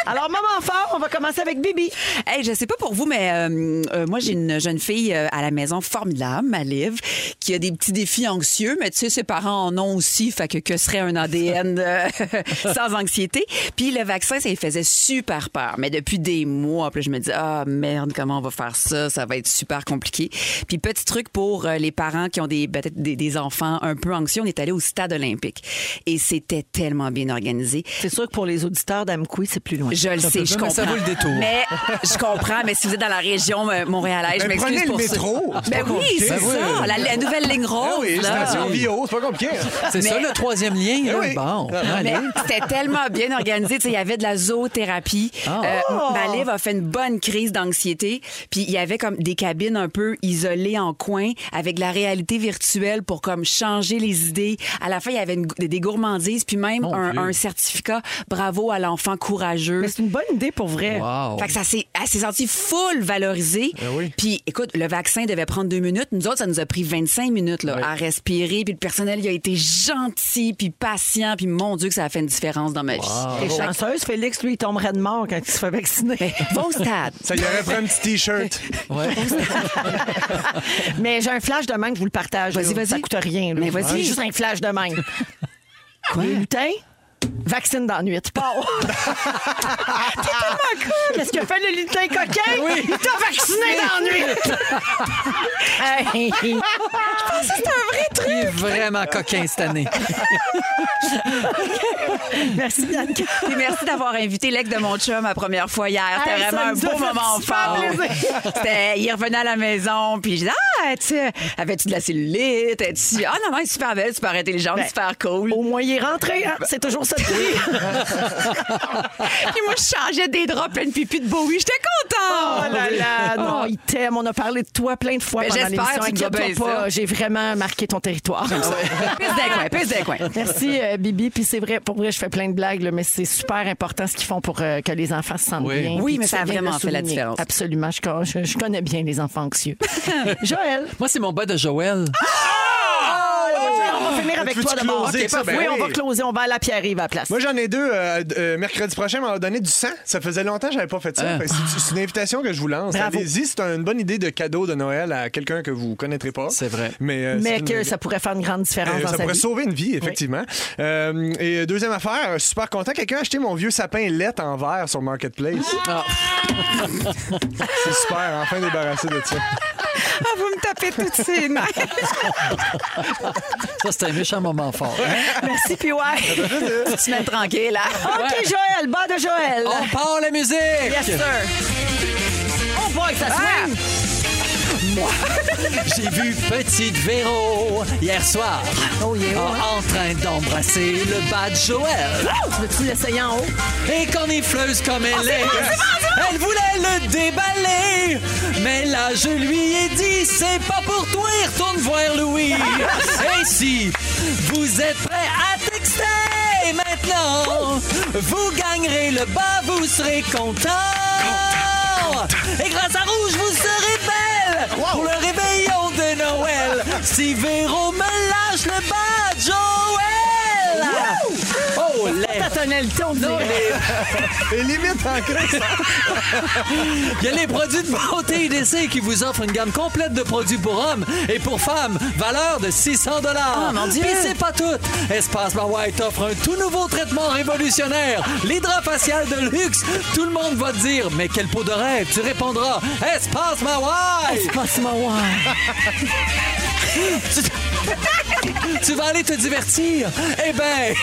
Alors, moment fort, on va commencer avec Bibi.
Hey, je sais pas pour vous, mais euh, euh, moi, j'ai une jeune fille euh, à la maison formidable, ma Liv, qui a des petits défis anxieux, mais tu sais, ses parents en ont aussi, fait que que serait un ADN euh, sans anxiété? Puis le vaccin, ça lui faisait super peur, mais depuis des mois. Puis là, je me dis, ah merde, comment on va faire ça? Ça va être super compliqué. Puis petit truc pour euh, les parents qui ont des, peut-être des, des enfants un peu anxieux, on est allé au stade olympique. Et c'était tellement bien organisé.
C'est sûr que pour les auditeurs d'Amqui, c'est plus loin.
Je le sais, je
mais
comprends.
ça vaut le détour.
Mais je comprends, mais si vous êtes dans la région euh, montréalaise, je
Ben,
m'excuse
prenez le
pour ça.
métro. C'est
Ben
pas
oui,
compliqué.
c'est
Ben oui.
ça, la, la nouvelle ligne rose.
Ah oui,
là.
station bio, c'est pas compliqué.
C'est ça le troisième lien, là?
Eh oui.
Bon, allez.
Mais c'était tellement bien organisé. Tu sais, Il y avait de la zoothérapie.
Ah.
Euh,
Oh.
ma Liv a fait une bonne crise d'anxiété. Puis il y avait comme des cabines un peu isolées en coin avec de la réalité virtuelle pour comme changer les idées. À la fin, il y avait une- des gourmandises puis même un, un certificat Bravo à l'enfant courageux.
Mais c'est une bonne idée pour vrai.
Wow.
Fait que ça s'est, elle s'est sentie full valorisée.
Ben oui.
Puis, écoute, le vaccin devait prendre deux minutes. Nous autres, ça nous a pris 25 minutes là, à respirer. Puis le personnel, il a été gentil, puis patient. Puis mon Dieu, que ça a fait une différence dans ma vie.
T'es chanceuse, Félix, lui, il tomberait de mort quand il se fait vacciner.
Mais va au stade.
Ça y aurait pris un petit T-shirt.
Ouais.
Mais j'ai un flash de même que je vous le partage.
Vas-y,
là.
vas-y.
Ça coûte rien. là.
Mais vas-y.
C'est juste un flash de même. Quoi? Lutin? Vaccine dans la nuit. Pau! T'es tellement cool! Qu'est-ce que fait le lutin coquin? Il t'a vacciné dans la nuit! Hey.
Il est vraiment coquin cette année.
Merci, Bianca.
Puis merci d'avoir invité l'ex de mon chum ma première fois hier.
Hey,
C'était
ça
vraiment un
nous a
beau
fait
moment
super
fort.
plaisir.
C'était- il revenait à la maison, puis je dis Ah, tu sais, avais-tu de la cellulite? As-tu- Ah non, non, elle est super belle, super intelligente,
Ben,
super cool.
Au moins, il est rentré. hein? C'est toujours ça de prix.
Puis moi, je changeais des draps plein de pipi de Bowie. J'étais
Oh
contente.
là là, non, il t'aime. On a parlé de toi plein de fois
Mais
pendant
Ben, j'espère
l'émission.
que tu vas
Inquiète-toi
bien
pas,
ça.
j'ai vraiment marqué ton territoire.
Pisse des coins, pisse des coins.
Merci, euh, Bibi. Puis c'est vrai, pour vrai, je fais plein de blagues, là, mais c'est super important ce qu'ils font pour euh, que les enfants se sentent
Oui.
bien.
Oui,
Puis
mais
tu
ça a
viens de
vraiment
le
fait la
souligner.
différence.
Absolument. Je, con- je- je connais bien les enfants anxieux. Joël.
Moi, c'est mon bas de Joël.
Oh,
on va finir avec
veux-tu
toi d'abord.
closer
OK,
ça?
parfait.
Ben
oui,
oui.
on va closer. On va à la Pierre-Yves à la place.
Moi, j'en ai deux. euh, euh, mercredi prochain, on m'a donné du sang. Ça faisait longtemps que j'avais pas fait ça.
Ah.
Fait que c'est- C'est une invitation que je vous lance.
Bravo.
Allez-y, c'est une bonne idée de cadeau de Noël à quelqu'un que vous connaîtrez pas.
C'est vrai.
Mais, euh, c'est
mais
une
que
idée.
ça pourrait faire une grande différence
Euh,
dans
ça
sa
pourrait
vie.
sauver une vie, effectivement. Euh, et deuxième affaire, super content. Quelqu'un a acheté mon vieux sapin lettre en verre sur Marketplace.
Ah.
C'est super, hein. enfin débarrassé de ça.
Ah, vous me tapez toutes ces nerfs.
Ça, c'est un méchant moment fort. hein?
Merci, puis ouais.
tu me tranquille, là.
OK, Joël. Bas de Joël.
On part la musique!
Yes, sir. On voit que ça swing.
J'ai vu Petite Véro hier soir
Oh, yeah.
en train d'embrasser le bas de Joël.
Oh, Tu veux-tu l'essayer en haut?
Et cornifleuse comme elle est, elle voulait le déballer. Mais là, je lui ai dit, c'est pas pour toi, retourne voir Louis. Et si vous êtes prêts à texter maintenant, vous gagnerez le bas, vous serez content. Et grâce à Rouge, vous serez belle pour le réveillon de Noël. Si Véro me lâche le bas, de Joël. Oh, les
Ta tonalité, on
non,
dirait.
les-
Et limite en crise.
il y a les produits de beauté IDC qui vous offrent une gamme complète de produits pour hommes et pour femmes, valeur de 600 dollars.
Ah, mon Dieu!
Puis c'est pas tout. Espace Ma White offre un tout nouveau traitement révolutionnaire, l'hydra facial de luxe. Tout le monde va te dire, mais quelle peau de rêve Tu répondras, Espace Ma White.
Passe ma ouais.
Tu vas aller te divertir? Eh ben,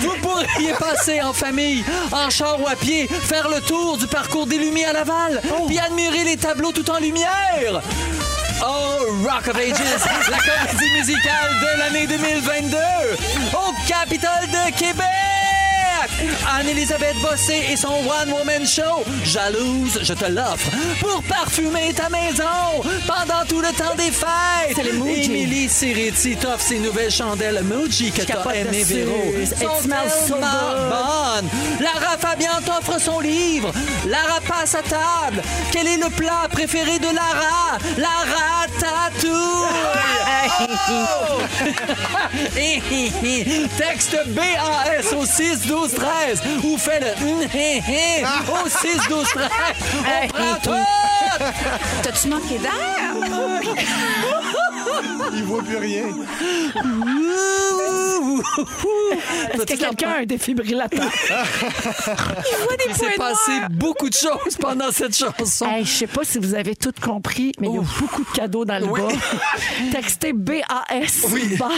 vous pourriez passer en famille, en char ou à pied, faire le tour du parcours des Lumières à Laval,
Oh.
puis admirer les tableaux tout en lumière. Oh, Rock of Ages, la comédie musicale de l'année 2022 au Capitole de Québec. Anne-Elisabeth Bossé et son One Woman Show, Jalouse, je te l'offre, pour parfumer ta maison pendant tout le temps des fêtes.
C'est les Muji.
Émilie Cerretti t'offre ses nouvelles chandelles Muji que
Je capote
t'as aimé,
dessus.
Véro.
It
Sont
smells so
tellement
good.
bonnes. Lara Fabian t'offre son livre. Lara passe à table. Quel est le plat préféré de Lara? Lara Tatouille! Oh! Hi, hi, hi. Texte BAS au 6 12 13 ou fais le hum, hi, hi au 6 12 13. On prend tout!
T'as-tu manqué d'air?
Il voit plus rien.
Ouh, ouh, ouh.
Est-ce que quelqu'un a un défibrillateur?
Il s'est passé beaucoup de choses pendant cette chanson.
Hey, je sais pas si vous avez toutes compris, mais il y a beaucoup de cadeaux dans le
Oui.
bas. Textez BAS
Oui.
bas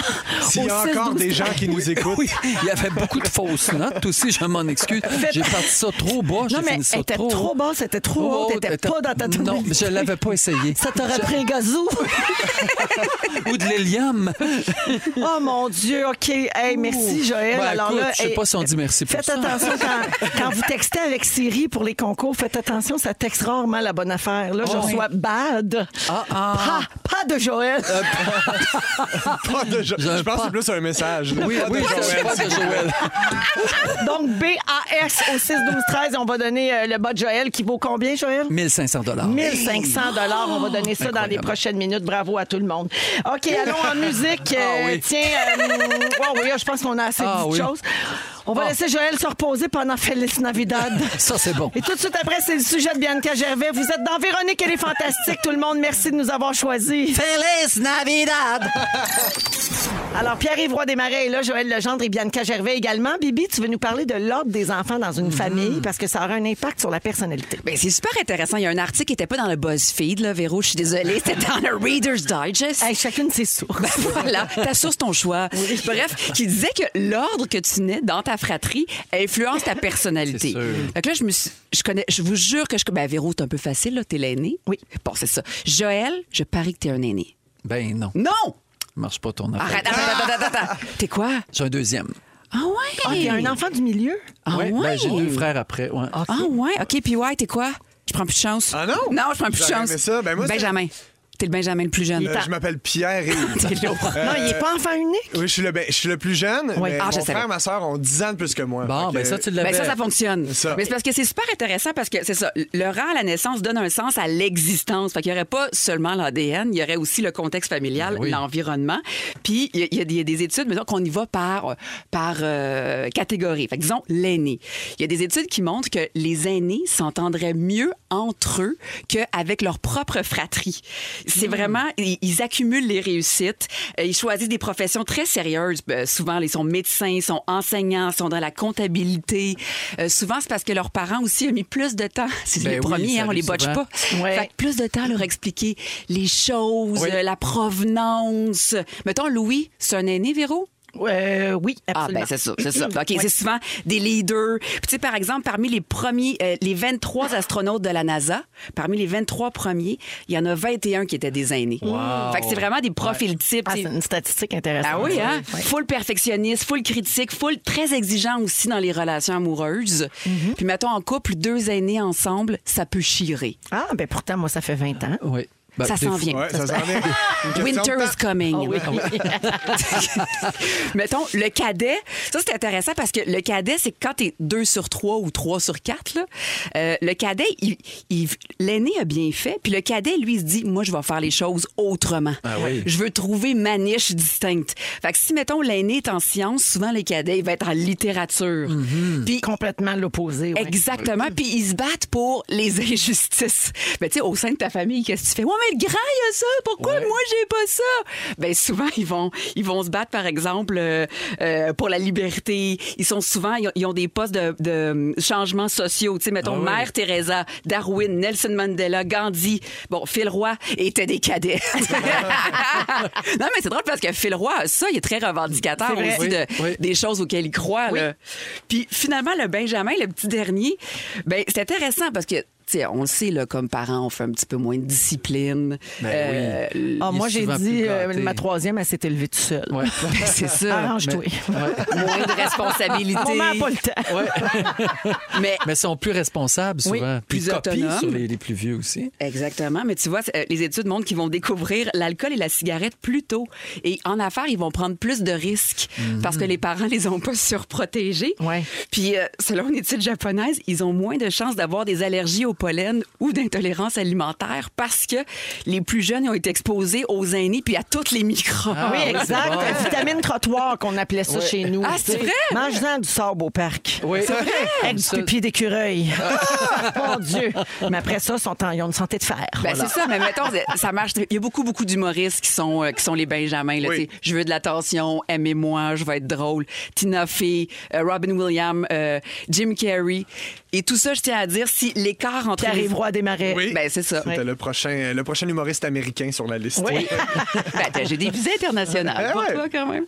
S'il y a
au 6
encore
12
des gens qui nous écoutent,
Oui, il y avait beaucoup de fausses notes aussi, je m'en excuse. J'ai parti ça trop bas, j'ai
Non, mais
fini ça
elle était
trop
trop basse, c'était trop haute,
haute,
t'étais
elle était-
pas dans ta
Non,
tonalité.
je l'avais pas essayé.
Ça t'aurait pris un gazou.
Ou de l'hélium.
oh mon Dieu, OK. Hey, merci, Joël. Noël.
Ben,
Alors
écoute,
là,
je sais
hey,
pas si on dit merci pour
Faites
ça.
attention quand, quand vous textez avec Siri pour les concours, faites attention, ça texte rarement la bonne affaire. Là, je reçois bad. Pas, pas de Joël.
Pas de Jo-
Je-
Je pense que c'est plus un message.
Oui,
Pas de
oui,
Joël.
c'est pas de Joël.
Donc BAS au 6 12 13, on va donner euh, le bas de Joël qui vaut combien Joël
1500 dollars.
1500 dollars, on va donner ça dans les
Oh! Incroyable.
prochaines minutes. Bravo à tout le monde. OK, allons en musique.
Ah
Euh,
oui.
Tiens, euh, wow, oui, je pense qu'on a assez
Ah
dit de
oui.
choses. On va
Ah.
laisser Joël se reposer pendant Feliz Navidad.
Ça, c'est bon.
Et tout de suite après, c'est le sujet de Bianca Gervais. Vous êtes dans Véronique et les Fantastiques, tout le monde. Merci de nous avoir choisis.
Feliz Navidad!
Alors, Pierre-Yves Roy Desmarais est là, Joël Legendre et Bianca Gervais également. Bibi, tu veux nous parler de l'ordre des enfants dans
Mhm.
une famille parce que ça aura un impact sur la personnalité.
Ben, c'est super intéressant. Il y a un article qui n'était pas dans le BuzzFeed, là, Véro, je suis désolée. C'était dans le Reader's Digest.
Hey, chacune ses sources.
Ben, voilà, ta source, ton choix. Bref, qui disait que l'ordre que tu nais dans ta fratrie influence ta personnalité.
C'est sûr.
Fait que là, je me suis- je connais, je vous jure que je. Ben, Véro, c'est un peu facile, là, t'es l'aîné.
Oui.
Bon, c'est ça. Joël, je parie que t'es un aîné.
Ben non,
Non!
marche pas ton affaire.
Arrête, attends, attends, attends, attends. T'es quoi?
J'ai un deuxième.
Ah ouais!
Ah, t'es un enfant du milieu?
Ah ouais?
Ouais, ben, j'ai deux frères après. ouais.
Ah ouais? OK, puis ouais, t'es quoi? Je prends plus de chance.
Ah non?
Non, je prends plus de
J'aurais
chance.
aimé ça. Ben, moi, c'est-
Benjamin. T'es le Benjamin le plus jeune. Ben,
Euh, Je m'appelle Pierre et.
Euh,
Non, il n'est pas enfant unique.
Oui, je suis le, ben, je suis le plus jeune. Mais
Ah, je
mon
savais.
frère et ma soeur ont 10 ans de plus que moi.
Bon,
Fait
ben
que-
ça, tu
Ben,
l'avais.
ça, ça fonctionne.
Ça.
Mais c'est parce que c'est super intéressant parce que c'est ça. Le rang à la naissance donne un sens à l'existence. Fait qu'il n'y aurait pas seulement l'ADN, il y aurait aussi le contexte familial,
Ben oui.
l'environnement. Puis il y, a- il y a des- il y a des études, mais donc on y va par, euh, par euh, catégorie. Fait que disons l'aîné. Il y a des études qui montrent que les aînés s'entendraient mieux entre eux qu'avec leur propre fratrie. C'est
Hmm.
vraiment, ils, ils accumulent les réussites, euh, ils choisissent des professions très sérieuses. Euh, souvent, ils sont médecins, ils sont enseignants, ils sont dans la comptabilité. Euh, souvent, c'est parce que leurs parents aussi ont mis plus de temps. C'est
Ben
les
oui,
premiers,
ça
hein, on les
arrive
botche
souvent.
pas.
Ouais.
Fait que plus de temps à leur expliquer les choses,
Oui.
euh, la provenance. Mettons, Louis, c'est un aîné, Véro?
Euh, oui,
Ah
absolument.
ben c'est ça, c'est ça. OK,
Ouais.
c'est souvent des leaders. Puis tu sais par exemple parmi les premiers euh, les
Ah.
23 astronautes de la NASA, parmi les 23 premiers, il y en a 21 qui étaient des aînés. Fait que c'est vraiment des profils types.
Ah,
tu
c'est
sais.
une statistique intéressante.
Ah oui, hein?
Ouais.
Full perfectionniste, full critique, full très exigeant aussi dans les relations amoureuses.
Mm-hmm.
Puis mettons en couple, deux aînés ensemble, ça peut chirer.
Ah, ben pourtant, moi, ça fait 20 ans.
Oui. Ben,
ça
des
s'en
fois-
vient.
Ouais, ça s'en vient. Une question de
Winter
temps.
is coming.
Ah oui.
Mettons, le cadet, ça c'est intéressant parce que le cadet, c'est quand t'es 2 sur 3 ou 3 sur 4, là, euh, le cadet, il- il- l'aîné a bien fait, puis le cadet, lui, il se dit, moi, je vais faire les choses autrement.
Ah
oui.
Je veux trouver ma niche distincte. Fait que si, mettons, l'aîné est en sciences, souvent le cadet, il va être en littérature.
Mhm.
Puis
Complètement l'opposé. ouais.
Exactement. Puis ils se battent pour les injustices. Mais tu sais, au sein de ta famille, qu'est-ce que tu fais? Ouais, mais le grand, il a ça. Pourquoi moi, j'ai pas ça? Ben souvent, ils vont, ils vont se battre, par exemple, euh, euh, pour la liberté. Ils sont souvent, ils ont, ils ont des postes de, de changements sociaux. Tu sais, mettons,
Ah oui.
Mère Teresa, Darwin, Nelson Mandela, Gandhi. Bon, Phil Roy étaient des cadets. non, mais c'est drôle parce que Phil Roy, ça, il est très revendicateur
C'est vrai.
aussi
Oui,
de,
oui.
des choses auxquelles il croit. là. Puis finalement, le Benjamin, le petit dernier, ben, c'est intéressant parce que, tu sais, on le sait, là, comme parents, on fait un petit peu moins de discipline.
Ben
Euh,
Ah,
Il est
moi, j'ai
souvent
dit,
plus
euh,
gâté.
ma troisième, elle s'est élevée toute seule.
Ouais.
C'est ça.
Arrange-toi.
moins de responsabilité.
Mon mère a pas le temps.
Mais
Mais ils sont plus responsables souvent.
Oui,
Puis
plus
ils copient
autonomes.
sur les, les plus vieux aussi.
Exactement, mais tu vois, c'est- euh, les études montrent qu'ils vont découvrir l'alcool et la cigarette plus tôt. Et en affaires, ils vont prendre plus de risques parce que les parents les ont pas surprotégés.
Mhm. Ouais.
Puis, euh, selon une étude japonaise, ils ont moins de chances d'avoir des allergies au pollen ou d'intolérance alimentaire parce que les plus jeunes ont été exposés aux aînés puis à tous les microbes.
Ah oui,
oui,
exact. Euh,
c'est bon.
Vitamine crottoir qu'on appelait ça chez nous.
Ah,
Tu
c'est
sais,
vrai?
Mange-en du sable au parc.
Oui. C'est vrai?
Avec du
Ça-
pipi d'écureuil. Mon Dieu. Mais après ça, sont en- ils ont une santé de fer.
Ben, C'est ça, mais mettons, ça marche. Il y a beaucoup, beaucoup d'humoristes qui sont, euh, qui sont les Benjamins. là,
Oui.
tu sais. Je veux de l'attention, aimez-moi, je vais être drôle. Tina Fey, euh, Robin Williams, euh, Jim Carrey. Et tout ça, je tiens à dire, si l'écart soir entre
Qui arrive roi des marais.
Oui.
Ben, c'est ça.
C'était le, prochain, euh, le prochain humoriste américain sur la liste.
Oui.
Ben, attends, j'ai des visées internationales
Eh
pour
ouais.
toi, quand même.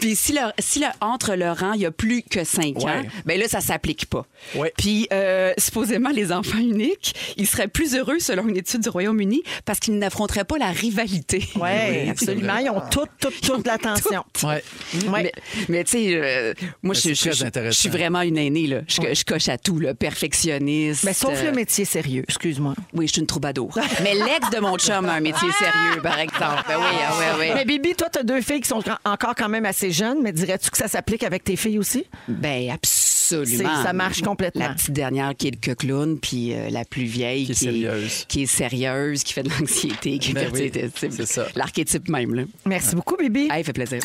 Puis si, le- si le- entre le rang, il y a plus que 5 ans, ben là, ça s'applique pas.
Ouais.
Puis euh, supposément, les enfants uniques, ils seraient plus heureux, selon une étude du Royaume-Uni, parce qu'ils n'affronteraient pas la rivalité.
Oui, absolument. Ils ont toute, toute, toute l'attention.
Ouais.
Ouais. Ben,
Mais, mais tu sais, euh, moi, je,
c'est
je-
très
je-
intéressant.
je suis vraiment une aînée. Là. Je, je coche à tout, le perfectionniste.
Mais Ben, sauf
euh,
le métier sérieux, excuse-moi.
Oui, je suis une troubadour. mais l'ex de mon chum a un métier sérieux, par exemple. Ben oui, ah oui, ah
Ah! Mais
oui.
Bibi, toi, t'as deux filles qui sont grand- encore quand même assez jeunes, mais dirais-tu que ça s'applique avec tes filles aussi?
Ben absolument.
C'est- ça marche complètement.
La petite dernière qui est le coq clown, puis euh, la plus vieille
Qui est sérieuse.
qui est sérieuse, qui fait de l'anxiété, qui
Ben
fait
oui,
tu sais, tu sais,
c'est ça.
L'archétype même. Là.
Merci beaucoup, Bibi.
Ah, il fait plaisir.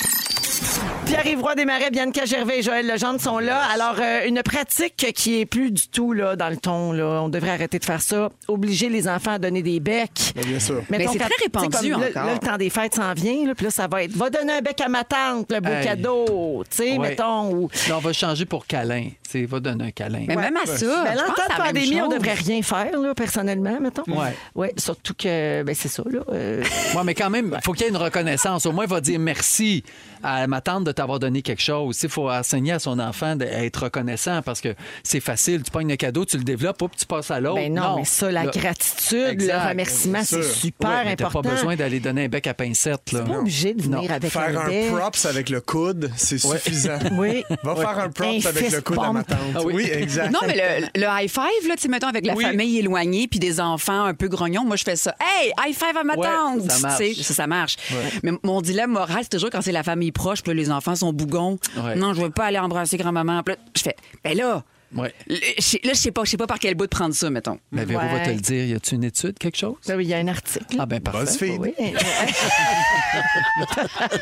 Pierre-Yves Roy Desmarais, Bianca Gervais et Joël Legendre sont là. Alors, euh, une pratique qui est plus du tout là, dans le ton, là. on devrait arrêter de faire ça. Obliger les enfants à donner des becs.
Bien sûr.
Mais
Mettons
c'est
qu'à-
très répandu
tu sais, comme là-
encore.
Là, le temps des fêtes s'en vient, là, puis là, ça va être va donner un bec à ma tante, le beau
Hey.
cadeau. Tu sais,
Ouais.
mettons. Ou...
Là, on va changer pour câlin. Tu sais, va donner un câlin.
Mais même à ça,
Ben,
je
là, en
pense
temps
à
de
la même
pandémie, on
chose.
devrait rien faire, là, personnellement, mettons.
Ouais.
Ouais, surtout que, ben, c'est ça, là. euh,
Ouais, mais quand même, faut qu'il y ait une reconnaissance. Au moins, il va dire merci à ma tante de t'avoir donné quelque chose. Il faut enseigner à son enfant d'être reconnaissant parce que c'est facile. Tu pognes un cadeau, tu le développes, hop, tu passes à l'autre.
ben non, mais ça, la gratitude,
Oh, Exact.
le remerciement, c'est
Bien sûr.
super
Ouais, mais t'as
important.
pas besoin d'aller donner un bec à pincette. Là.
pas obligé de venir avec
Faire
un,
un
bec.
props avec le coude, c'est suffisant.
Oui.
Va faire un
Un
props avec le coude à ma
fist
tante.
Ah oui.
oui. exact.
Non, mais le, le high five, là, tu sais, mettons, avec la
Oui.
famille éloignée puis des enfants un peu grognons, moi, je fais ça. Hey, high five à ma
Ouais,
tante!
ça marche.
Tu sais, Ça, ça marche. Mais mon dilemme moral, c'est toujours quand c'est la famille proche, puis là, les enfants sont bougons.
Ouais.
Non, je veux pas aller embrasser grand-maman. Puis là, je fais, ben là,
Ouais.
le- je sais- là, je sais pas, je sais pas par quel bout de prendre ça, mettons.
Mais Véro va
Ouais.
te le dire. Y a-tu une étude, quelque chose?
Ben oui, il y a un article.
Ah, ben parfait.
BuzzFeed.
Oui.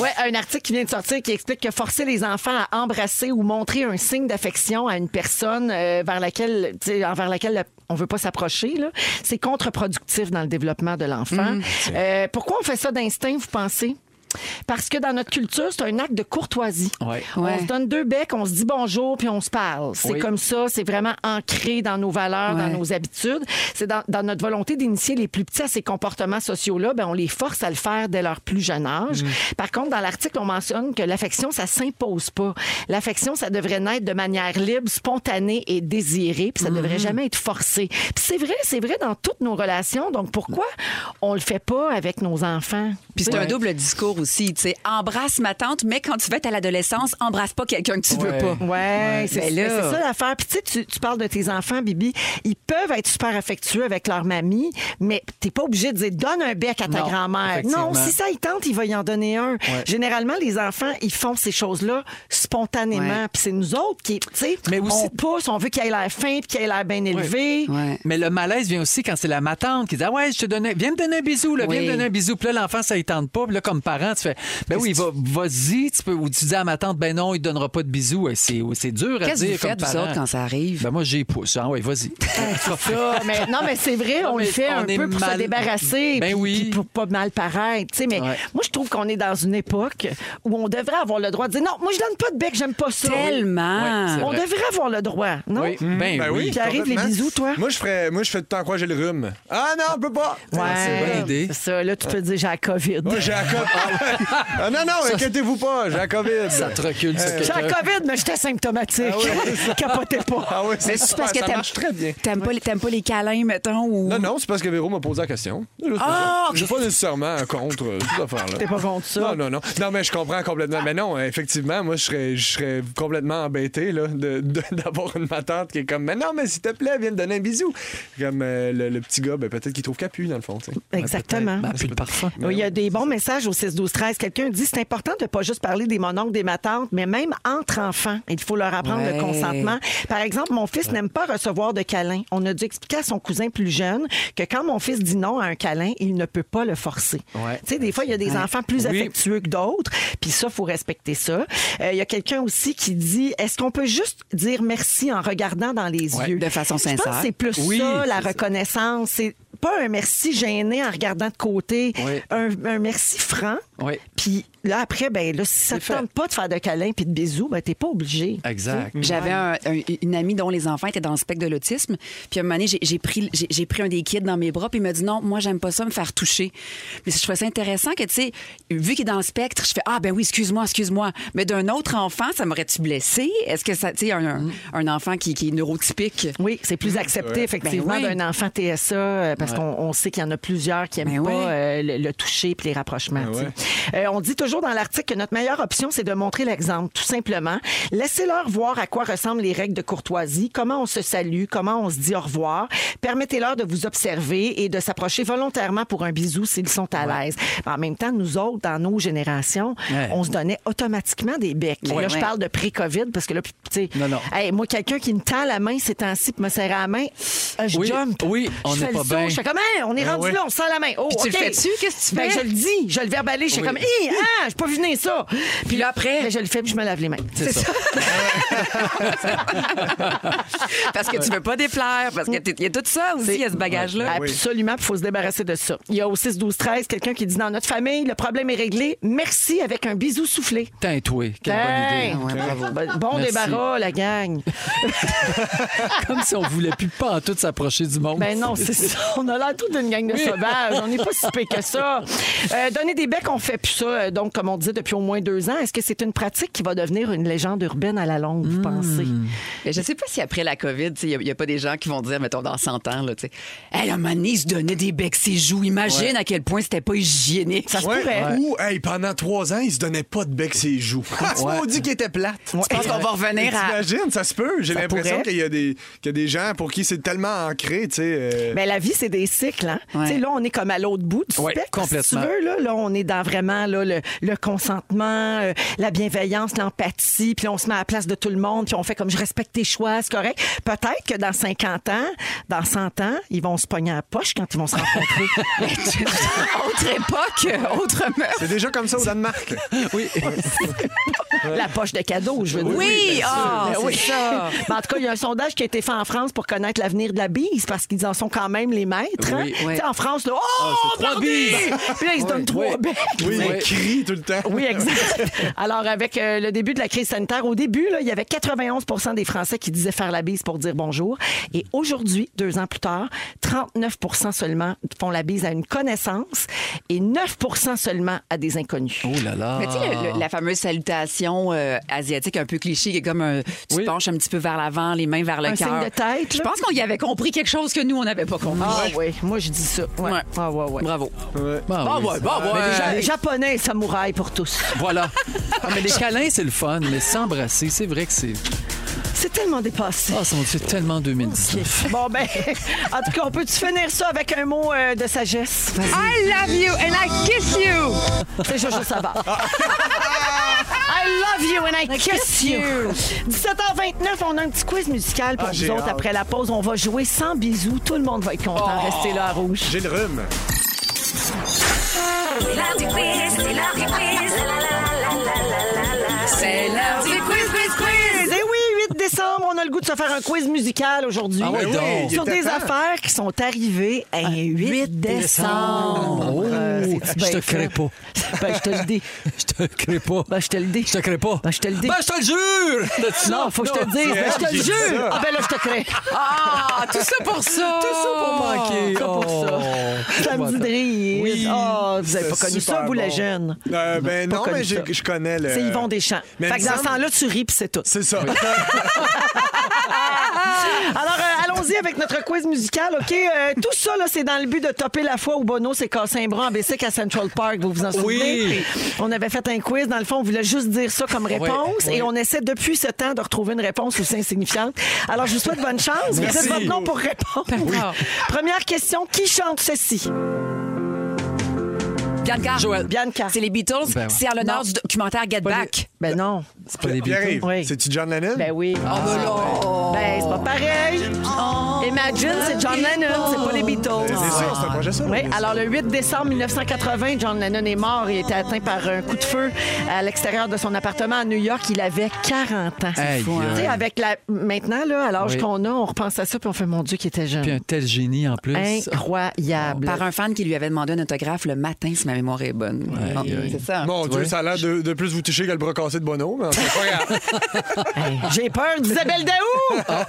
ouais, un article qui vient de sortir qui explique que forcer les enfants à embrasser ou montrer un signe d'affection à une personne euh, vers laquelle, tu sais, envers laquelle la- on veut pas s'approcher, là, c'est contre-productif dans le développement de l'enfant. Euh, pourquoi on fait ça d'instinct, vous pensez? Parce que dans notre culture, c'est un acte de courtoisie.
Ouais.
Ouais.
On se donne deux becs, on se dit bonjour, puis on se parle. C'est
Oui.
comme ça, c'est vraiment ancré dans nos valeurs,
Ouais.
dans nos habitudes. C'est dans, dans notre volonté d'initier les plus petits à ces comportements sociaux-là, ben on les force à le faire dès leur plus jeune âge.
Mm.
Par contre, dans l'article, on mentionne que l'affection, ça s'impose pas. L'affection, ça devrait naître de manière libre, spontanée et désirée,
Mm-hmm.
puis ça devrait jamais être forcé. Puis c'est vrai, c'est vrai dans toutes nos relations. Donc pourquoi on le fait pas avec nos enfants?
Puis c'est
Tu sais?
un double discours aussi, tu sais. Embrasse ma tante, mais quand tu vas être à l'adolescence, embrasse pas quelqu'un que tu veux
Ouais.
pas.
Ouais, c'est
Ben
mais
là.
c'est ça l'affaire. Puis tu sais, tu, tu parles de tes enfants, Bibi. Ils peuvent être super affectueux avec leur mamie, mais t'es pas obligé de dire donne un bec à ta
Non,
grand-mère.
effectivement.
Non, si ça il tente, il va y en donner un. Généralement, les enfants, ils font ces choses-là spontanément.
Ouais.
Puis c'est nous autres qui, tu sais,
Mais aussi-
on pousse, on veut qu'il ait l'air fin, puis qu'il ait l'air bien élevé.
Ouais.
Mais le malaise vient aussi quand c'est la matante qui dit ah ouais je te donnais viens me donner un bisou là viens
Oui.
me donner un bisou puis là l'enfant ça y tente pas puis là comme parent tu fais ben oui va vas-y tu peux ou tu dis à ma tante ben non il te donnera pas de bisous Ouais, c'est c'est dur à dire
Qu'est-ce que vous
comme
faites, vous
parent.
autres, quand ça arrive?
ben moi j'ai pouce ah ouais vas-y
Ah, mais- non, mais c'est vrai,
Non,
on le
mais
fait
on
un
est
peu pour
mal-
se débarrasser.
Ben
puis-
oui.
puis pour pas mal paraître. tu sais, Mais
Ouais.
moi, je trouve qu'on est dans une époque où on devrait avoir le droit de dire non, moi, je donne pas de bec, j'aime pas ça.
Tellement.
Ben, Ouais,
On
vrai.
devrait avoir le droit, non?
oui
Mm-hmm.
ben,
Ben
oui,
oui.
Puis arrivent les
complètement.
bisous, toi?
Moi, je ferais, moi, je fais tout le temps quoi, j'ai le rhume. Ah non, on peut pas.
Ouais,
c'est une bonne idée.
C'est ça, là, tu peux dire j'ai la COVID.
Moi, j'ai la COVID. Ah non, non, inquiétez-vous pas, j'ai la COVID.
ça te recule ça,
J'ai la
quelqu'un.
COVID, mais j'étais symptomatique.
Ah ouais, c'est ça.
Capotez pas.
Ah oui,
Mais c'est parce que
ça
t'aimes-
marche très bien.
T'aimes pas, les- t'aimes pas les câlins, mettons, ou...
Non, non, c'est parce que Véro m'a posé la question. Je
Ah,
suis pas nécessairement contre euh, cette affaire-là.
T'es pas contre ça?
Non, non, non. Non, mais je comprends complètement. Mais non, effectivement, moi, je serais, je serais complètement embêté là, de- de- d'avoir une matante qui est comme, mais non, mais s'il te plaît, viens me donner un bisou. Comme euh, le, le petit gars, ben, peut-être qu'il trouve qu'à pue, dans le fond. tu sais.
Exactement.
Ben, puis le parfum
Oui, il y a des bons messages au 6 12 13 Quelqu'un dit c'est important de pas juste parler des mononcles, des matantes, mais même entre enfants, il faut leur apprendre
Ouais.
le consentement. Par exemple, mon fils n'aime pas recevoir de câlins. On a dû expliquer à son cousin plus jeune que quand mon fils dit non à un câlin, il ne peut pas le forcer.
Ouais.
Tu sais, des fois il y a des enfants plus affectueux que d'autres, puis ça faut respecter ça. Euh, Il y a quelqu'un aussi qui dit est-ce qu'on peut juste dire merci en regardant dans les
Ouais.
yeux
De façon
Je pense
sincère.
que c'est plus
Oui,
ça la
c'est ça.
reconnaissance, c'est pas un merci gêné en regardant de côté
Oui.
un, un merci franc.
Oui.
Puis Puis là, après, ben, là, si ça ne te tente pas de faire de câlin puis de bisous, ben, t'es pas obligé.
Exact.
Mm-hmm. J'avais un- un- une amie dont les enfants étaient dans le spectre de l'autisme. Puis à un moment donné, j'ai- j'ai pris, j'ai- j'ai pris un des kids dans mes bras, puis il m'a dit non, moi, j'aime pas ça me faire toucher. Mais je trouvais ça intéressant que, tu sais, vu qu'il est dans le spectre, je fais ah, ben oui, excuse-moi, excuse-moi. Mais d'un autre enfant, ça m'aurait-tu blessé? Est-ce que ça, tu sais, un, un- un enfant qui, qui est neurotypique?
Oui, c'est plus accepté, effectivement,
Ben oui.
d'un enfant TSA, euh, parce qu'on on sait qu'il y en a plusieurs qui n'aiment
Ben
pas
oui.
euh, le, le toucher puis les rapprochements.
Ben
tu sais. Euh, on dit toujours dans l'article que notre meilleure option, c'est de montrer l'exemple, tout simplement. Laissez-leur voir à quoi ressemblent les règles de courtoisie, comment on se salue, comment on se dit au revoir. Permettez-leur de vous observer et de s'approcher volontairement pour un bisou s'ils sont à l'aise. Mais En même temps, nous autres, dans nos générations,
Ouais.
on se donnait automatiquement des becs. Et
Ouais,
là, je
ouais.
parle de pré-COVID, parce que là, tu sais,
Non, non.
Hey, moi, quelqu'un qui me tend la main ces temps-ci pour me serrer la main, euh, je
Oui,
jump.
oui, on
Je
n'est
fais
pas
le saut,
bien. Ben
Je fais comme, Hey, on est rendu
ouais.
là, on sent la main. Oh,
Puis tu le
OK.
fais-tu? Qu'est-ce que tu
Ben,
fais?
je le dis, je le verbalise. Je fais
Oui.
comme, Hi, ah, je peux pas venir ça. Puis
là, après?
ben, je le fais, puis je me lave les mains.
C'est ça.
parce que tu veux pas déplaire, parce qu'il y a tout ça aussi, il y a ce
Ah,
bagage-là.
Absolument, il faut se débarrasser de ça. Il y a au 6-12-13 quelqu'un qui dit dans notre famille, le problème est réglé. Merci avec un bisou soufflé.
Tintoué. Quelle
Hey!
bonne idée.
Bon- Bon
Merci.
débarras, la gang.
Comme si on voulait plus pas en tout s'approcher du monde.
Ben non, c'est ça. On a l'air tout d'une gang de sauvages. On n'est pas si pire que ça. Euh, donner des becs, on fait plus ça, euh, donc, comme on dit, depuis au moins deux ans. Est-ce que c'est une pratique qui va devenir une légende urbaine à la longue,
Hmm.
vous pensez?
Mais je sais pas si après la COVID, il n'y a, pas des gens qui vont dire, mettons, dans 100 ans, là, tu sais, hey, à un moment donné, ils se donnaient des becs ses joues. Imagine à quel point c'était pas hygiénique. Ça
Ouais.
pourrait.
Ou, hey, pendant trois ans, il se donnait pas de bec ses joues. Tu m'as dit qu'il était plate.
Je pense qu'on va revenir à.
T'imagines, ça se peut. J'ai
Ça
l'impression
pourrait.
qu'il y, a des- qu'il y a des gens pour qui c'est tellement ancré, tu sais. euh,
Mais Ben, la vie, c'est des cycles. Hein?
Ouais.
Tu sais, Là, on est comme à l'autre bout du
Ouais,
spectre.
complètement.
Si tu veux, là, là, on est dans vraiment là, le, le consentement, euh, la bienveillance, l'empathie, puis on se met à la place de tout le monde, puis on fait comme je respecte tes choix, c'est correct. Peut-être que dans 50 ans, dans 100 ans, ils vont se pogner à la poche quand ils vont se rencontrer.
autre époque,
euh,
autre meurtre.
C'est déjà comme ça au Danemark.
Oui.
La poche de cadeau, je veux dire.
Oui, ah,
Ben
c'est
oui.
ça.
Mais en tout cas, il y a un sondage qui a été fait en France pour connaître l'avenir de la bise parce qu'ils en sont quand même les maîtres. hein.
Oui. Ah,
Oui.
Tu sais, En France, là, oh,
c'est trois
pardi! Puis là, ils se donnent
Oui.
trois
Oui.
becs.
Oui,
Ouais.
il crie tout le temps.
Oui, exact. Alors, avec euh, le début de la crise sanitaire, au début, là, il y avait 91 des Français qui disaient faire la bise pour dire bonjour. Et aujourd'hui, deux ans plus tard, 39 seulement font la bise à une connaissance et 9 seulement à des inconnus.
Oh là là.
Mais tu sais, le- le- la fameuse salutation euh, asiatique un peu cliché qui est comme un, tu
Oui.
te penches un petit peu vers l'avant, les mains vers le
Un signe
cœur.
de tête,
Je
là.
pense qu'on y avait compris quelque chose que nous, on n'avait pas compris.
Ah oui, moi je dis ça. Ouais.
Ouais.
Ah ouais, ouais.
Bravo.
Bon,
Bon,
oui,
Ah ouais,
ça-
bon, ouais.
Mais déjà,
Ja- Euh, Japonais et samouraï pour tous.
Voilà. Ah, mais les câlins, c'est le fun, mais s'embrasser, c'est vrai que c'est.
C'est tellement dépassé.
Ah, c'est- c'est tellement 2019.
Bon, ben, en tout cas, on peut-tu finir ça avec un mot euh, de sagesse?
I love you and I kiss you.
C'est Jojo Savard. I love you and I, kiss you. 17h29, on a un petit quiz musical pour
Ah,
vous
j'ai
autres.
hâte. Oh.
Après la pause, on va jouer sans bisous. Tout le monde va être content. Restez là à rouge.
J'ai le rhume.
C'est l'heure du quiz, c'est l'heure du quiz. La, la, la, la, la, la, la, la.
C'est l'heure du quiz, quiz, quiz.
Et Eh oui, 8 décembre, on a le goût de se faire un quiz musical aujourd'hui.
Ah ouais,
oui, donc.
Sur
il était
des
temps.
affaires qui sont arrivées un 8, décembre.
Oh,
c'est-tu bien
je te
fait?
crée pas.
Ben, je te le dis.
Je te crée pas.
Ben, je te le dis.
Je te crée pas.
Ben, je te le dis.
Ben, je te le jure!
Non, faut que je te le dise. Ben, je te le
j'ai dit
jure.
ça.
Ah, ben là, je te crée.
Ah, tout ça pour ça.
Tout ça pour manquer.
ça pour ça.
Oh.
Samedi de rire.
Oui.
Ah, vous n'avez pas
C'est
connu ça,
super
vous, les
bon.
jeunes?
Euh, ben
Pas
non,
connu
mais j'ai-
ça.
je connais le.
C'est Yvon Deschamps.
Mais
fait que
il me
dans ce
semble-
temps-là, tu ris, puis c'est tout.
C'est ça.
Alors, euh, allons-y avec notre quiz musical, OK? Euh, tout ça, là, c'est dans le but de topper la fois où Bono s'est cassé un bras en bicycle à Central Park. Vous vous en souvenez?
Oui.
On avait fait un quiz. Dans le fond, on voulait juste dire ça
Ah
comme réponse.
oui.
Et on essaie depuis ce temps de retrouver une réponse aussi insignifiante. Alors, je vous souhaite bonne chance. Vous
Merci.
êtes votre nom pour répondre. Première question. Qui chante ceci?
Bianca.
Joël.
Bianca.
C'est les Beatles.
Ben ouais.
C'est en l'honneur du documentaire Get Back.
Ben non.
C'est pas des
Pierre-Yves,
Oui.
Ben
Ah, c'est-tu John Lennon?
Ben oui.
Oh, ben là.
Ben, c'est pas pareil. Imagine, c'est John Lennon, c'est pas les Beatles.
Ah. C'est ça, c'est un projet ça.
Oui, alors le 8 décembre 1980, John Lennon est mort. Il était atteint par un coup de feu à l'extérieur de son appartement à New York. Il avait 40 ans.
Aïe,
Tu sais,
aïe.
avec la maintenant là, à l'âge
Oui.
qu'on a, on repense à ça puis on fait mon Dieu qui était jeune.
Puis un tel génie en plus.
Hein? Incroyable.
Par un fan qui lui avait demandé un autographe le matin, si ma mémoire est bonne. Bon, C'est ça.
Mon Dieu, ça a l'air de, de plus vous toucher que le bras cassé de Bono. mais c'est pas grave.
Hey, J'ai peur d'Isabelle Daou.
Ah.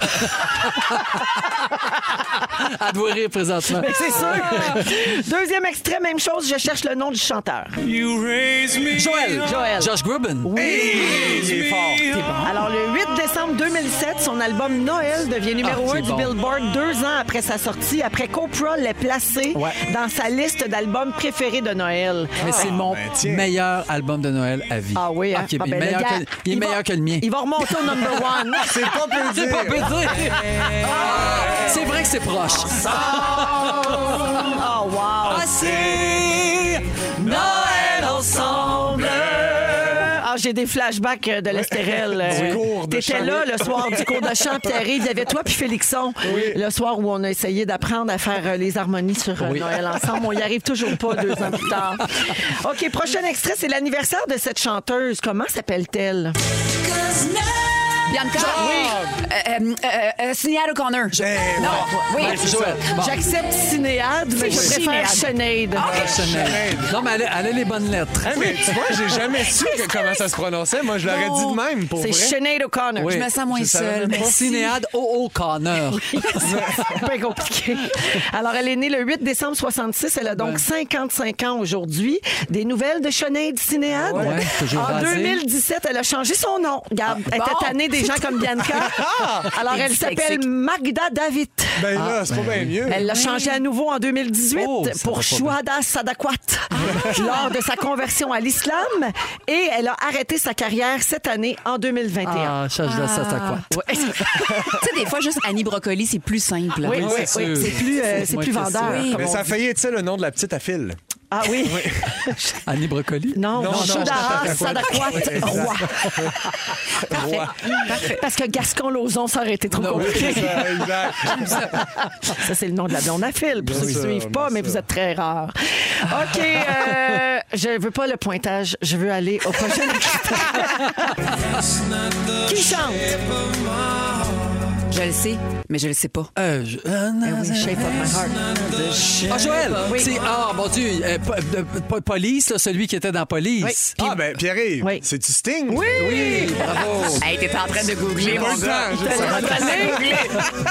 À doit rire présentement.
Mais c'est sûr. Deuxième extrait, même chose. Je cherche le nom du chanteur.
Joël.
Joël.
Josh Groban. Oui.
Il est fort.
Alors, le 8 décembre 2007, son album Noël devient numéro
Ah,
1
c'est
du
bon.
Billboard deux ans après sa sortie, après qu'Oprah l'ait placé
Ouais.
dans sa liste d'albums préférés de Noël.
Mais c'est mon
ben tiens.
meilleur album de Noël à vie.
Ah oui, hein?
Ok,
Ah,
mais
ben, le
meilleur
gars,
que- il est
va-
meilleur que le mien.
Il va remonter au number one.
C'est pas peu
C'est pas
dire.
peu dire. C'est vrai que c'est proche.
Oh, wow.
Passer Noël ensemble.
Ah, j'ai des flashbacks euh, de l'Estérel.
Du cours de
T'étais
chant,
là
oui.
le soir du cours de chant, Pierre-Yves. Il y avait toi puis Félixon. Le soir où on a essayé d'apprendre à faire euh, les harmonies sur euh, Noël ensemble. On y arrive toujours pas deux ans plus tard. OK, prochain extrait, c'est l'anniversaire de cette chanteuse. Comment s'appelle-t-elle?
Bianca. Euh, euh, euh, euh, Sinéad O'Connor.
Ben,
Non, oui.
Ben, c'est Joël. Bon. Ah,
J'accepte Cinéade, mais je
C'est
préfère Sinead.
Chanel. Non, mais elle a, elle a les bonnes lettres.
Hey, mais tu vois, j'ai jamais su que- comment ça se prononçait. Moi, je l'aurais dit de même pour vrai.
C'est Sinead O'Connor.
Oui.
Je me sens moins
Je savais
seule.
même
Merci.
Cinéade O'Connor.
C'est pas compliqué. Alors, elle est née le 8 décembre 66. Elle a donc 55 ans aujourd'hui. Des nouvelles de Sinead Sinéad.
Ouais, toujours
en
rasée.
2017, elle a changé son nom. Regarde, elle était
bon.
tannée des gens comme Bianca.
Ah!
Alors,
Et
elle s'appelle
dyslexique.
Magda David.
Ben là, c'est pas bien mieux.
Ah, Elle l'a changé à nouveau en 2018
Oh, ça va
pour
pas
Chouada Sadakwat lors de sa conversion à l'islam et elle a arrêté sa carrière cette année en 2021.
Ah, change de ça, t'as quoi?
Ouais.
Tu sais, des fois, juste Annie Brocoli, c'est plus simple.
Oui, oui,
c'est sûr.
oui. c'est plus, euh,
C'est
c'est
moins
plus
que ça.
vendeur.
Oui.
comme
mais
on
ça
dit.
faillit être ça le nom de la petite à fil.
Ah oui.
Annie Brocoli.
Non,
Non, non,
Choudahar
Choudahar
Sadakwat
Sadakwat,
Roi. Ah, Parce que Gascon-Lozon, ça aurait été trop compliqué.
ça, Ben, exact.
Ça, c'est le nom de la blonde à fil. Pour ceux
Bien
qui ne
sûr,
suivent pas,
bien
mais vous
sûr.
êtes très rares. OK, euh, je veux pas le pointage. Je veux aller au prochain extrait. Qui chante?
Je le sais, mais je le sais pas.
Euh, je- euh,
Eh Ah
non,
Oui,
c'est-
Shape of My Heart.
Ah, Joël! C'est, ah, mon Dieu, euh, po- de- po- police, là, celui qui était dans police.
Ah ben, Pierre,
Oui.
c'est-tu Sting?
Oui!
Bravo!
Hey, t'es en train de googler,
Pas
mon
le
gars.
temps, je
T'as
sais.
le droit de l'année.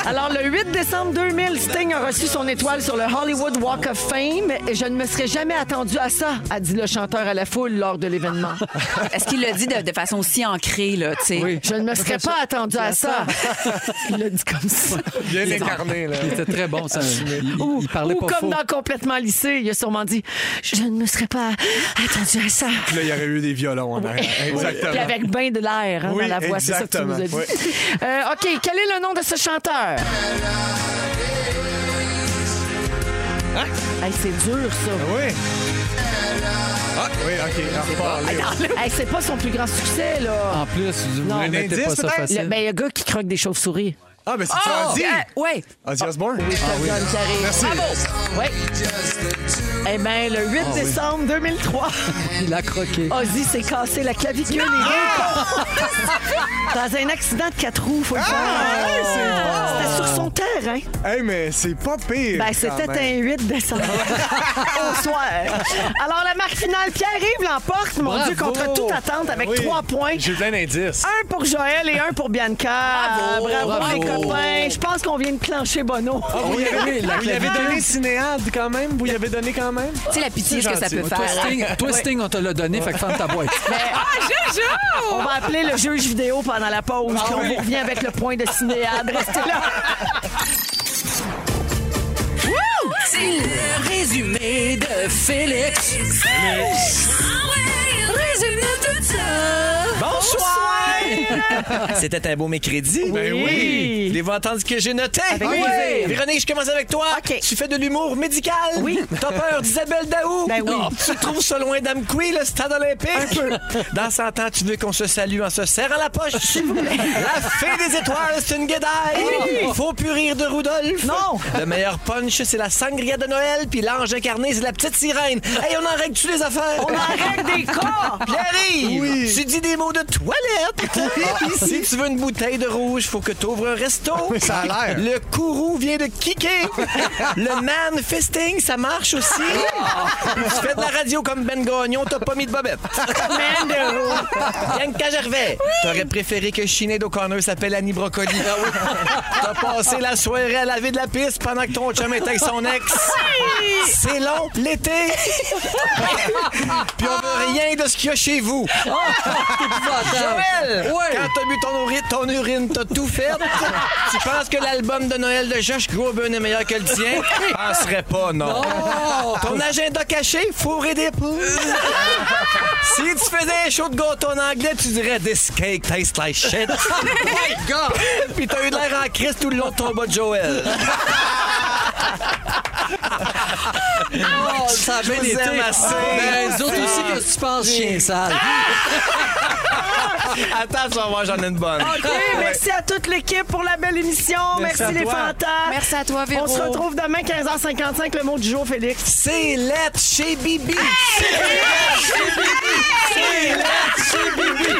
Alors, le 8 décembre 2000, Sting a reçu son étoile sur le Hollywood Walk of Fame. Et je ne me serais jamais attendu à ça, a dit le chanteur à la foule lors de l'événement.
Est-ce qu'il le dit de, de façon si ancrée, là, tu sais?
Oui.
Je ne me serais pas attendu à ça. Il l'a dit comme ça.
Bien incarné, là.
Il était très bon, ça. Il, il-
Ou,
il parlait
ou
pas faux.
comme dans Complètement lycée, il a sûrement dit Je ne me serais pas attendu à ça.
Puis Là, il y aurait eu des violons en arrière.
Puis
Exactement.
avec bain de l'air hein,
Oui,
dans la voix, c'est ça que tu nous as dit.
exactement,
Euh, OK, quel est le nom de ce chanteur?
Hein?
Hey, c'est dur, ça.
Oui. Ah, oui, OK. on repart, là.
Ah
Hey, c'est pas son plus grand succès, là.
En plus, vous
Non.
ne
Un
mettez pas
indice,
ça
peut-être?
facile.
Le, ben, le gars qui croque des chauves-souris.
Ah, ben c'est
Oh!
Ozzy.
Euh, ouais.
Ozzy Osbourne.
John Carré.
Merci.
Oui. Eh bien, le 8 décembre 2003,
Il a croqué.
Ozzy s'est cassé la clavicule et deux Dans un accident de quatre roues, faut le faire.
hey, c'est
C'était sur son terrain.
Hey, mais c'est pas pire.
Ben,
quand
c'était
même.
un 8 décembre. Au soir. Alors, la marque finale, Pierre-Yves l'emporte, mon
Bravo.
Dieu, contre toute attente, avec
Oui.
trois points.
J'ai plein d'indices.
Un pour Joël et un pour Bianca.
Bravo,
les
bravo.
copains. Je pense qu'on vient de plancher Bono.
Vous y avez,
Oui, la
vous y avez
clavicule.
donné cinéade quand même? Vous y avez donné quand même?
Tu sais, la pitié, ce
C'est
que ça
gentil.
peut
Moi, toi,
Toi,
faire. hein?
Sting, toi, Sting, on te l'a donné, fait que ferme ta boîte.
On va appeler le juge vidéo pendant la pause.
Ah
puis on vous revient avec le point de cinéade. Restez là.
Résumé de Félix.
Ah
Résume-nous tout ça.
Bonsoir.
C'était un beau mécrédit.
Ben oui.
Avez-vous entendu que j'ai noté?
Avec plaisir.
Véronique, je commence avec toi.
OK.
Tu fais de l'humour médical. Oui. T'as peur d'Isabelle Daou. Oh,
Ben oui.
tu trouves ça loin d'Amqui, le stade olympique. Un peu. Dans 100 ans, tu veux qu'on se salue en se serrant la poche. S'il vous plaît. La fée des étoiles, c'est une guédaille.
Eh
Faut plus rire de Rudolph. Non. Le meilleur punch, c'est la sangria de Noël. Puis l'ange incarné, c'est la petite sirène. Hey, on en règle-tu les affaires?
On en règle des
Ah
cas.
Pierre-Yves,
Oui.
tu dis des mots de toilette. si tu veux une bouteille de rouge, faut que tu ouvres un resto.
ça a l'air.
Le courroux vient de kicker. le man fisting, ça marche aussi. tu fais de la radio comme Ben Gagnon, t'as pas mis de bobette.
Mando.
Bianca Gervais, t'aurais préféré que Sinead O'Connor s'appelle Annie Brocoli.
Ah
t'as passé la soirée à laver de la piste pendant que ton chum était avec son ex. C'est long, l'été. Puis on veut rien de ce qu'il y a chez vous. Joël, quand t'as bu ton urine, ton urine, t'as tout fait. tu penses que l'album de Noël de Josh Groban est meilleur que le tien? Penserais pas, non. Ton agenda caché, fourré des poules. si tu faisais un show de gâteau en anglais, tu dirais This cake tastes like shit. my God! Puis t'as eu de l'air en crise tout le long de ton bas de Joël.
Ah, Ça a bien
vous
été.
aime assez. Ah.
Ben, les autres aussi, qu'est-ce que tu penses, chien sale?
Attends, tu vas voir, j'en ai une bonne.
OK, merci à toute l'équipe pour la belle émission. Merci,
Merci à
les
toi.
fantasmes.
Merci à toi, Véro.
On se retrouve demain, 15h55, le mot du jour, Félix.
C'est lettre chez Bibi. C'est lettre chez Bibi.